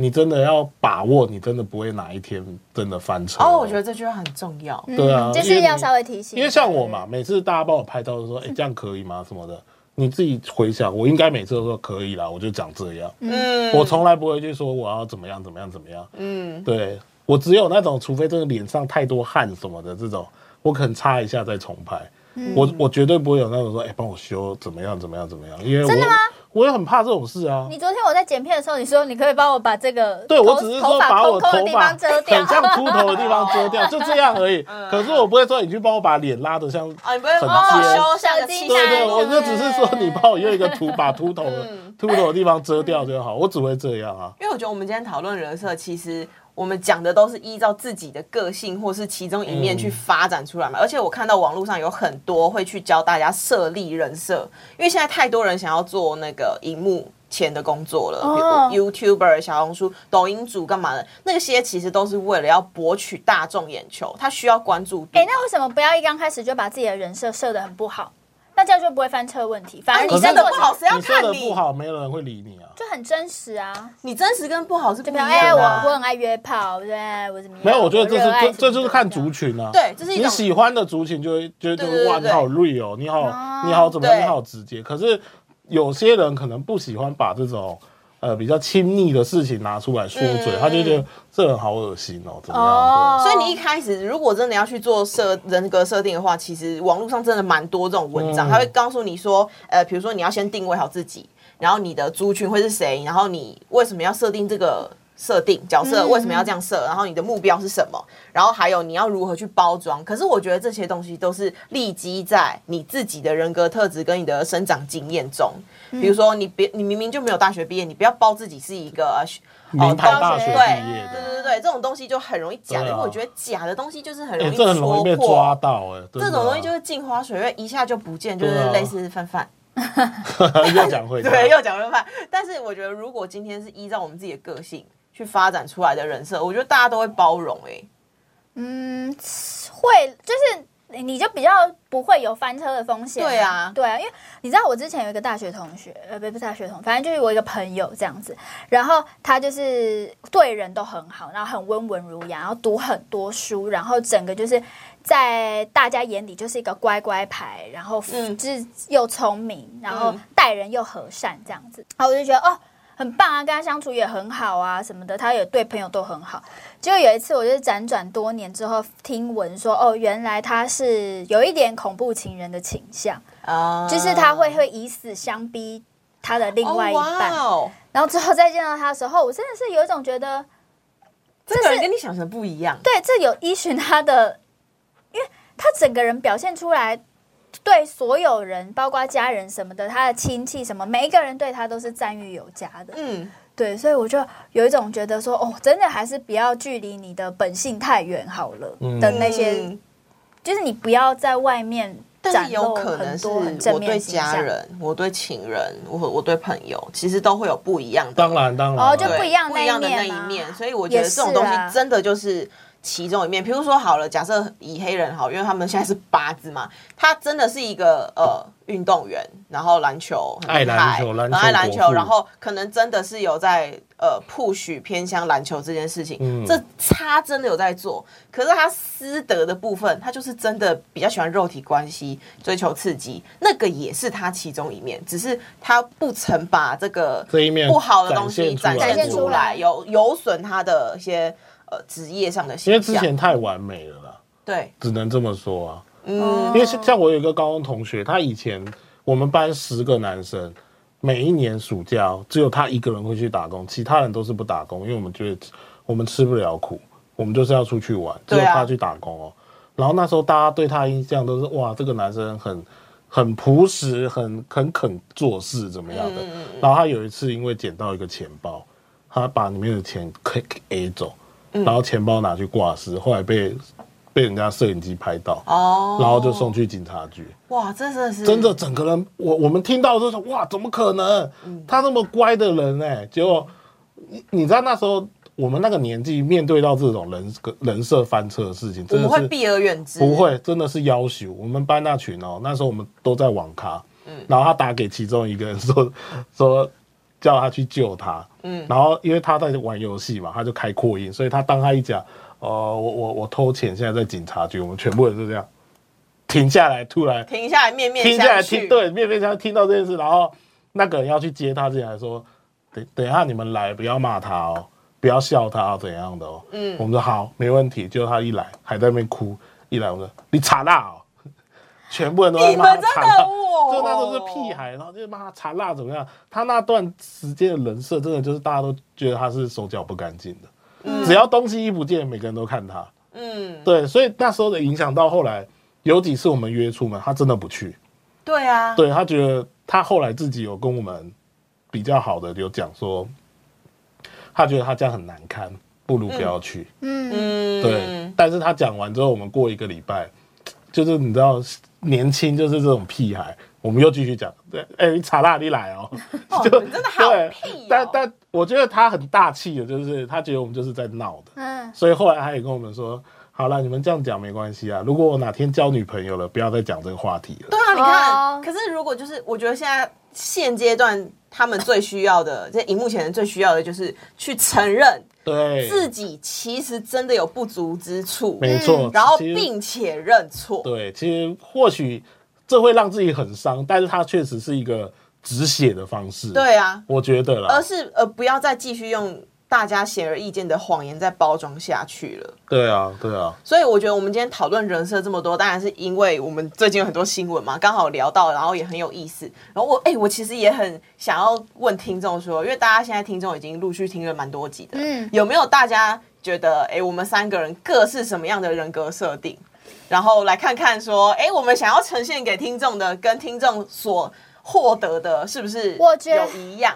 Speaker 3: 你真的要把握，你真的不会哪一天真的翻车。
Speaker 5: 哦，我觉得这句话很重要。
Speaker 3: 对啊
Speaker 4: 嗯就
Speaker 3: 因
Speaker 4: 是
Speaker 3: 为
Speaker 4: 要
Speaker 3: 你
Speaker 4: 稍微提醒，
Speaker 3: 因为像我嘛，，每次大家帮我拍照的时候，哎，这样可以吗？什么的，你自己回想，我应该每次都说可以啦，我就讲这样，
Speaker 5: 嗯
Speaker 3: 我从来不会去说我要怎么样怎么样怎么样，
Speaker 5: 嗯
Speaker 3: 对我只有那种，除非真的脸上太多汗什么的这种，我可能擦一下再重拍。
Speaker 4: 嗯
Speaker 3: 我我绝对不会有那种说，哎、帮我修怎么样怎么样怎么样，因为我
Speaker 4: 真的吗
Speaker 3: 我也很怕这种事啊。
Speaker 4: 你昨天我在剪片的时候，你说你可以帮我把这个
Speaker 3: 对，
Speaker 4: 头
Speaker 3: 我只是说
Speaker 4: 头发
Speaker 3: 把我
Speaker 4: 空空的
Speaker 3: 头
Speaker 4: 地
Speaker 3: 发
Speaker 4: 方遮掉哦
Speaker 3: 很，
Speaker 4: 嗯
Speaker 3: 像秃头的地方遮 掉，就这样而已。可是我不会说你去帮我把脸拉得像
Speaker 5: 啊，你不会
Speaker 3: 很
Speaker 4: 哦
Speaker 5: 帮我
Speaker 3: 尖
Speaker 5: 修像个
Speaker 4: 对
Speaker 5: 七
Speaker 3: 对对，
Speaker 5: 三
Speaker 3: 我
Speaker 4: 啊
Speaker 3: 就只是说
Speaker 4: 对
Speaker 3: 你帮我用一个 秃把秃头的
Speaker 5: 嗯
Speaker 3: 秃头的地方遮掉就好，我只会这样啊。
Speaker 5: 因为我觉得我们今天讨论人设，其实我们讲的都是依照自己的个性或是其中一面去发展出来嘛。而且我看到网络上有很多会去教大家设立人设，因为现在太多人想要做那个荧幕。前的工作了，
Speaker 4: 哦
Speaker 5: 比如 YouTuber、小红书、抖音主干嘛的，那些其实都是为了要博取大众眼球，他需要关注度。
Speaker 4: 哎、那为什么不要一刚开始就把自己的人设设得很不好？那这样就不会翻车问题，反而
Speaker 5: 啊
Speaker 4: 你
Speaker 5: 可是
Speaker 4: 在
Speaker 5: 真的
Speaker 4: 过
Speaker 5: 不好
Speaker 4: 程
Speaker 5: 谁要
Speaker 3: 你说
Speaker 5: 看
Speaker 3: 的
Speaker 5: 你
Speaker 3: 不好，没有人会理你啊。
Speaker 4: 就很真实啊。
Speaker 5: 你真实跟不好是不
Speaker 4: 就
Speaker 5: 一
Speaker 4: 比如
Speaker 5: 样的
Speaker 4: 哎、我
Speaker 5: 啊、
Speaker 4: 我很爱约炮，对，我怎么样？
Speaker 3: 没有，我觉得这
Speaker 4: 热爱
Speaker 3: 是
Speaker 4: 什么
Speaker 3: 这这就是
Speaker 4: 的
Speaker 3: 看
Speaker 4: 这样
Speaker 3: 族群啊。
Speaker 5: 对这是一种
Speaker 3: 你喜欢的族群就会觉得
Speaker 5: 对对对
Speaker 3: 哇，
Speaker 5: 对
Speaker 3: 你好 real，你哦好
Speaker 4: 啊
Speaker 3: 你好怎么样，
Speaker 5: 对
Speaker 3: 你好直接。可是有些人可能不喜欢把这种呃比较亲密的事情拿出来说嘴，
Speaker 5: 嗯
Speaker 3: 他就觉得这人好恶心哦，怎么样
Speaker 4: 哦
Speaker 3: 的？
Speaker 5: 所以你一开始如果真的要去做设人格设定的话，其实网络上真的蛮多这种文章，
Speaker 3: 嗯
Speaker 5: 他会告诉你说，呃，比如说你要先定位好自己，然后你的族群会是谁，然后你为什么要设定这个设定角色，为什么要这样设，然后你的目标是什么，然后还有你要如何去包装。可是我觉得这些东西都是立基在你自己的人格特质跟你的生长经验中。比如说你别你明明就没有大学毕业，你不要包自己是一个呃
Speaker 3: 名牌
Speaker 5: 哦
Speaker 3: 大学
Speaker 5: 对
Speaker 3: 毕业
Speaker 5: 对
Speaker 3: 的，
Speaker 5: 对对，这种东西就很容易假的，
Speaker 3: 对啊
Speaker 5: 因为我觉得假的东西就是很容
Speaker 3: 哎，
Speaker 5: 易
Speaker 3: 这很容易被
Speaker 5: 戳破
Speaker 3: 抓到哎，真
Speaker 5: 这
Speaker 3: 的
Speaker 5: 种东西就是镜花水月，一下就不见，就是
Speaker 3: 对啊
Speaker 5: 类似范范。
Speaker 3: 又讲回 家
Speaker 5: 对，又讲范范。但是我觉得，如果今天是依照我们自己的个性去发展出来的人设，我觉得大家都会包容、欸。
Speaker 4: 嗯，会就是你就比较不会有翻车的风险、
Speaker 5: 对啊
Speaker 4: 对啊，因为你知道我之前有一个大学同学，呃，不不是大学同学，反正就是我一个朋友这样子，然后他就是对人都很好，然后很温文儒雅，然后读很多书，然后整个就是在大家眼里就是一个乖乖牌，然后
Speaker 5: 嗯
Speaker 4: 就是又聪明，然后
Speaker 5: 嗯
Speaker 4: 待人又和善这样子，然后我就觉得哦。很棒啊，跟他相处也很好啊什么的，他也对朋友都很好。结果有一次，我就是辗转多年之后听闻说，哦，原来他是有一点恐怖情人的倾向，
Speaker 5: 啊，
Speaker 4: 就是他会会以死相逼他的另外一半。
Speaker 5: 哦哇哦
Speaker 4: 然后之后再见到他的时候，我真的是有一种觉得，
Speaker 5: 这个
Speaker 4: 是
Speaker 5: 人跟你想象不一样。
Speaker 4: 对，这有依循他的，因为他整个人表现出来，对所有人，包括家人什么的，他的亲戚什么，每一个人对他都是赞誉有加的。
Speaker 5: 嗯，
Speaker 4: 对，所以我就有一种觉得说，哦，真的还是不要距离你的本性太远好了、
Speaker 3: 嗯
Speaker 4: 的那些，
Speaker 5: 嗯
Speaker 4: 就是你不要在外面
Speaker 5: 但
Speaker 4: 展
Speaker 5: 是有
Speaker 4: 露
Speaker 5: 可能
Speaker 4: 很
Speaker 5: 是
Speaker 4: 多很
Speaker 5: 我
Speaker 4: 正面
Speaker 5: 对
Speaker 4: 的形
Speaker 5: 家
Speaker 4: 象。
Speaker 5: 人、我对情人、我我对朋友，其实都会有不一样的，
Speaker 3: 当然当然
Speaker 4: 哦
Speaker 3: 啦，
Speaker 4: 就
Speaker 5: 对
Speaker 4: 不一样
Speaker 5: 不
Speaker 4: 那一
Speaker 5: 一样的那
Speaker 4: 面
Speaker 5: 一
Speaker 4: 嘛
Speaker 5: 面。所以我觉
Speaker 4: 也
Speaker 5: 得这种东
Speaker 4: 是啊
Speaker 5: 西真的就是其中一面。比如说好了，假设以黑人好，因为他们现在是八字嘛，他真的是一个呃运动员，然后篮球很
Speaker 3: 爱
Speaker 5: 厉害
Speaker 3: 篮球篮
Speaker 5: 很爱
Speaker 3: 球
Speaker 5: 篮
Speaker 3: 国
Speaker 5: 球，
Speaker 3: 父
Speaker 5: 然后可能真的是有在呃 push 偏向篮球这件事情，
Speaker 3: 嗯
Speaker 5: 这他真的有在做。可是他私德的部分，他就是真的比较喜欢肉体关系，追求刺激，那个也是他其中一面，只是他不曾把这个
Speaker 3: 这一面
Speaker 5: 不好的东西展
Speaker 4: 展现
Speaker 5: 现
Speaker 4: 出
Speaker 5: 出
Speaker 4: 来
Speaker 5: 来，有有损他的一些呃职业上的
Speaker 3: 因
Speaker 5: 形
Speaker 3: 为之
Speaker 5: 象。
Speaker 3: 前太完美了啦，
Speaker 5: 对，
Speaker 3: 只能这么说啊。
Speaker 5: 嗯，
Speaker 3: 因为像像我有一个高中同学，他以前我们班十个男生，每一年暑假只有他一个人会去打工，其他人都是不打工，因为我们觉得我们吃不了苦，我们就是要出去玩，只
Speaker 5: 对啊
Speaker 3: 有他去打工哦。然后那时候大家对他的印象都是哇，这个男生很很朴实，很很肯做事，怎么样
Speaker 5: 嗯
Speaker 3: 的。然后他有一次因为捡到一个钱包，他把里面的钱 k A 走，
Speaker 5: 嗯
Speaker 3: 然后钱包拿去挂失，后来被被人家摄影机拍到，
Speaker 5: 哦，
Speaker 3: 然后就送去警察局。
Speaker 5: 哇，这真的是
Speaker 3: 真的，整个人，我我们听到就说哇，怎么可能？
Speaker 5: 嗯
Speaker 3: 他那么乖的人哎、结果你你知道那时候我们那个年纪面对到这种人格人设翻车的事情，
Speaker 5: 我
Speaker 3: 真
Speaker 5: 们
Speaker 3: 的
Speaker 5: 会
Speaker 3: 是
Speaker 5: 避而远之，
Speaker 3: 不会，真的是要求我们班那群哦，那时候我们都在网咖，然后他打给其中一个人说 说叫他去救他，嗯，然后因为他在玩游戏嘛，他就开扩音，所以他当他一讲，呃，我我我偷钱，现在在警察局，我们全部人就这样停下来，突然
Speaker 5: 停下来面面
Speaker 3: 听下来
Speaker 5: 相觑。
Speaker 3: 听，对，面面相听到这件事，然后那个人要去接他之前还说，等等一下你们来，不要骂他哦，不要笑他、哦、怎样的哦。嗯，我们说好，没问题。结果他一来，还在那边哭，一来我们说你惨啦、哦，全部人都在
Speaker 5: 你
Speaker 3: 骂他
Speaker 5: 们真
Speaker 3: 惨啦
Speaker 5: 的哦我，
Speaker 3: 就那都是屁孩，然后就骂他惨辣怎么样？他那段时间的人设真的就是大家都觉得他是手脚不干净的，只要东西一不见，每个人都看他。
Speaker 5: 嗯，
Speaker 3: 对，所以那时候的影响到后来，有几次我们约出门，他真的不去。
Speaker 5: 对啊，
Speaker 3: 对他觉得他后来自己有跟我们比较好的有讲说，他觉得他这样很难堪，不如不要去。
Speaker 4: 嗯，
Speaker 5: 嗯，
Speaker 3: 对，但是他讲完之后，我们过一个礼拜，就是你知道年轻就是这种屁孩，我们又继续讲，对，哎、你查拉你来哦，
Speaker 5: 哦，你们真的好
Speaker 3: 对
Speaker 5: 屁哦，
Speaker 3: 但但我觉得他很大气的，就是他觉得我们就是在闹的，
Speaker 4: 嗯，
Speaker 3: 所以后来他也跟我们说。好了，你们这样讲没关系啊。如果我哪天交女朋友了，不要再讲这个话题了。
Speaker 5: 对啊，你看，
Speaker 4: 哦
Speaker 5: 可是如果就是，我觉得现在现阶段他们最需要的，这荧幕前人最需要的就是去承认
Speaker 3: 对，
Speaker 5: 自己其实真的有不足之处，
Speaker 3: 没错。
Speaker 5: 然后
Speaker 3: 其实
Speaker 5: 并且认错。
Speaker 3: 对，其实或许这会让自己很伤，但是它确实是一个止血的方式。，
Speaker 5: 对啊，
Speaker 3: 我觉得啦
Speaker 5: 而，是呃，不要再继续用大家显而易见的谎言再包装下去了。
Speaker 3: 对啊，对啊，
Speaker 5: 所以我觉得我们今天讨论人设这么多，当然是因为我们最近有很多新闻嘛，刚好聊到，然后也很有意思。然后我哎、我其实也很想要问听众说，因为大家现在听众已经陆续听了蛮多集的，
Speaker 4: 嗯
Speaker 5: 有没有大家觉得哎、我们三个人各是什么样的人格设定？然后来看看说，哎、我们想要呈现给听众的，跟听众所获得的，是不是
Speaker 4: 我觉得
Speaker 5: 有一样？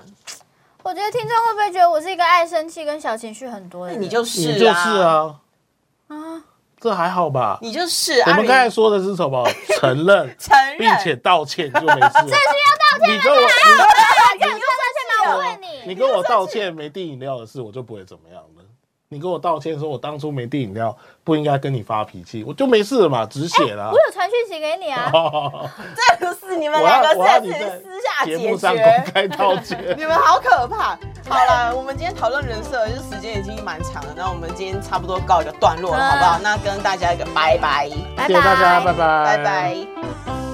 Speaker 4: 我觉得听众会不会觉得我是一个爱生气跟小情绪很多的人？
Speaker 5: 你就是、啊，
Speaker 3: 你就是，啊，这还好吧？
Speaker 5: 你就是啊。
Speaker 3: 我们
Speaker 5: 你
Speaker 3: 刚才说的是什么？承认，
Speaker 5: 承认，
Speaker 3: 并 且道歉就没事了。这需要道歉你跟我，
Speaker 5: 哎
Speaker 4: 这样道歉吗？我问
Speaker 3: 你你
Speaker 4: 你，
Speaker 3: 跟我道歉没订饮料的事，我就不会怎么样了。你跟我道歉说，我当初没订饮料，不应该跟你发脾气，我就没事了嘛，止血啦
Speaker 4: 我。有传讯息给你啊。
Speaker 5: 这个是你们
Speaker 3: 我
Speaker 5: 两
Speaker 3: 要我要
Speaker 5: 个
Speaker 3: 你
Speaker 5: 是
Speaker 3: 在
Speaker 5: 私下
Speaker 3: 节
Speaker 5: 解
Speaker 3: 目上
Speaker 5: 决
Speaker 3: 公。开道歉。
Speaker 5: 你们好可怕！好了， 我们今天讨论人设，就是时间已经蛮长了，那我们今天差不多告
Speaker 3: 嗯
Speaker 5: 一个段落了，好不好？那跟大家一个拜拜，
Speaker 4: 拜
Speaker 3: 谢谢大家，拜拜，
Speaker 5: 拜拜。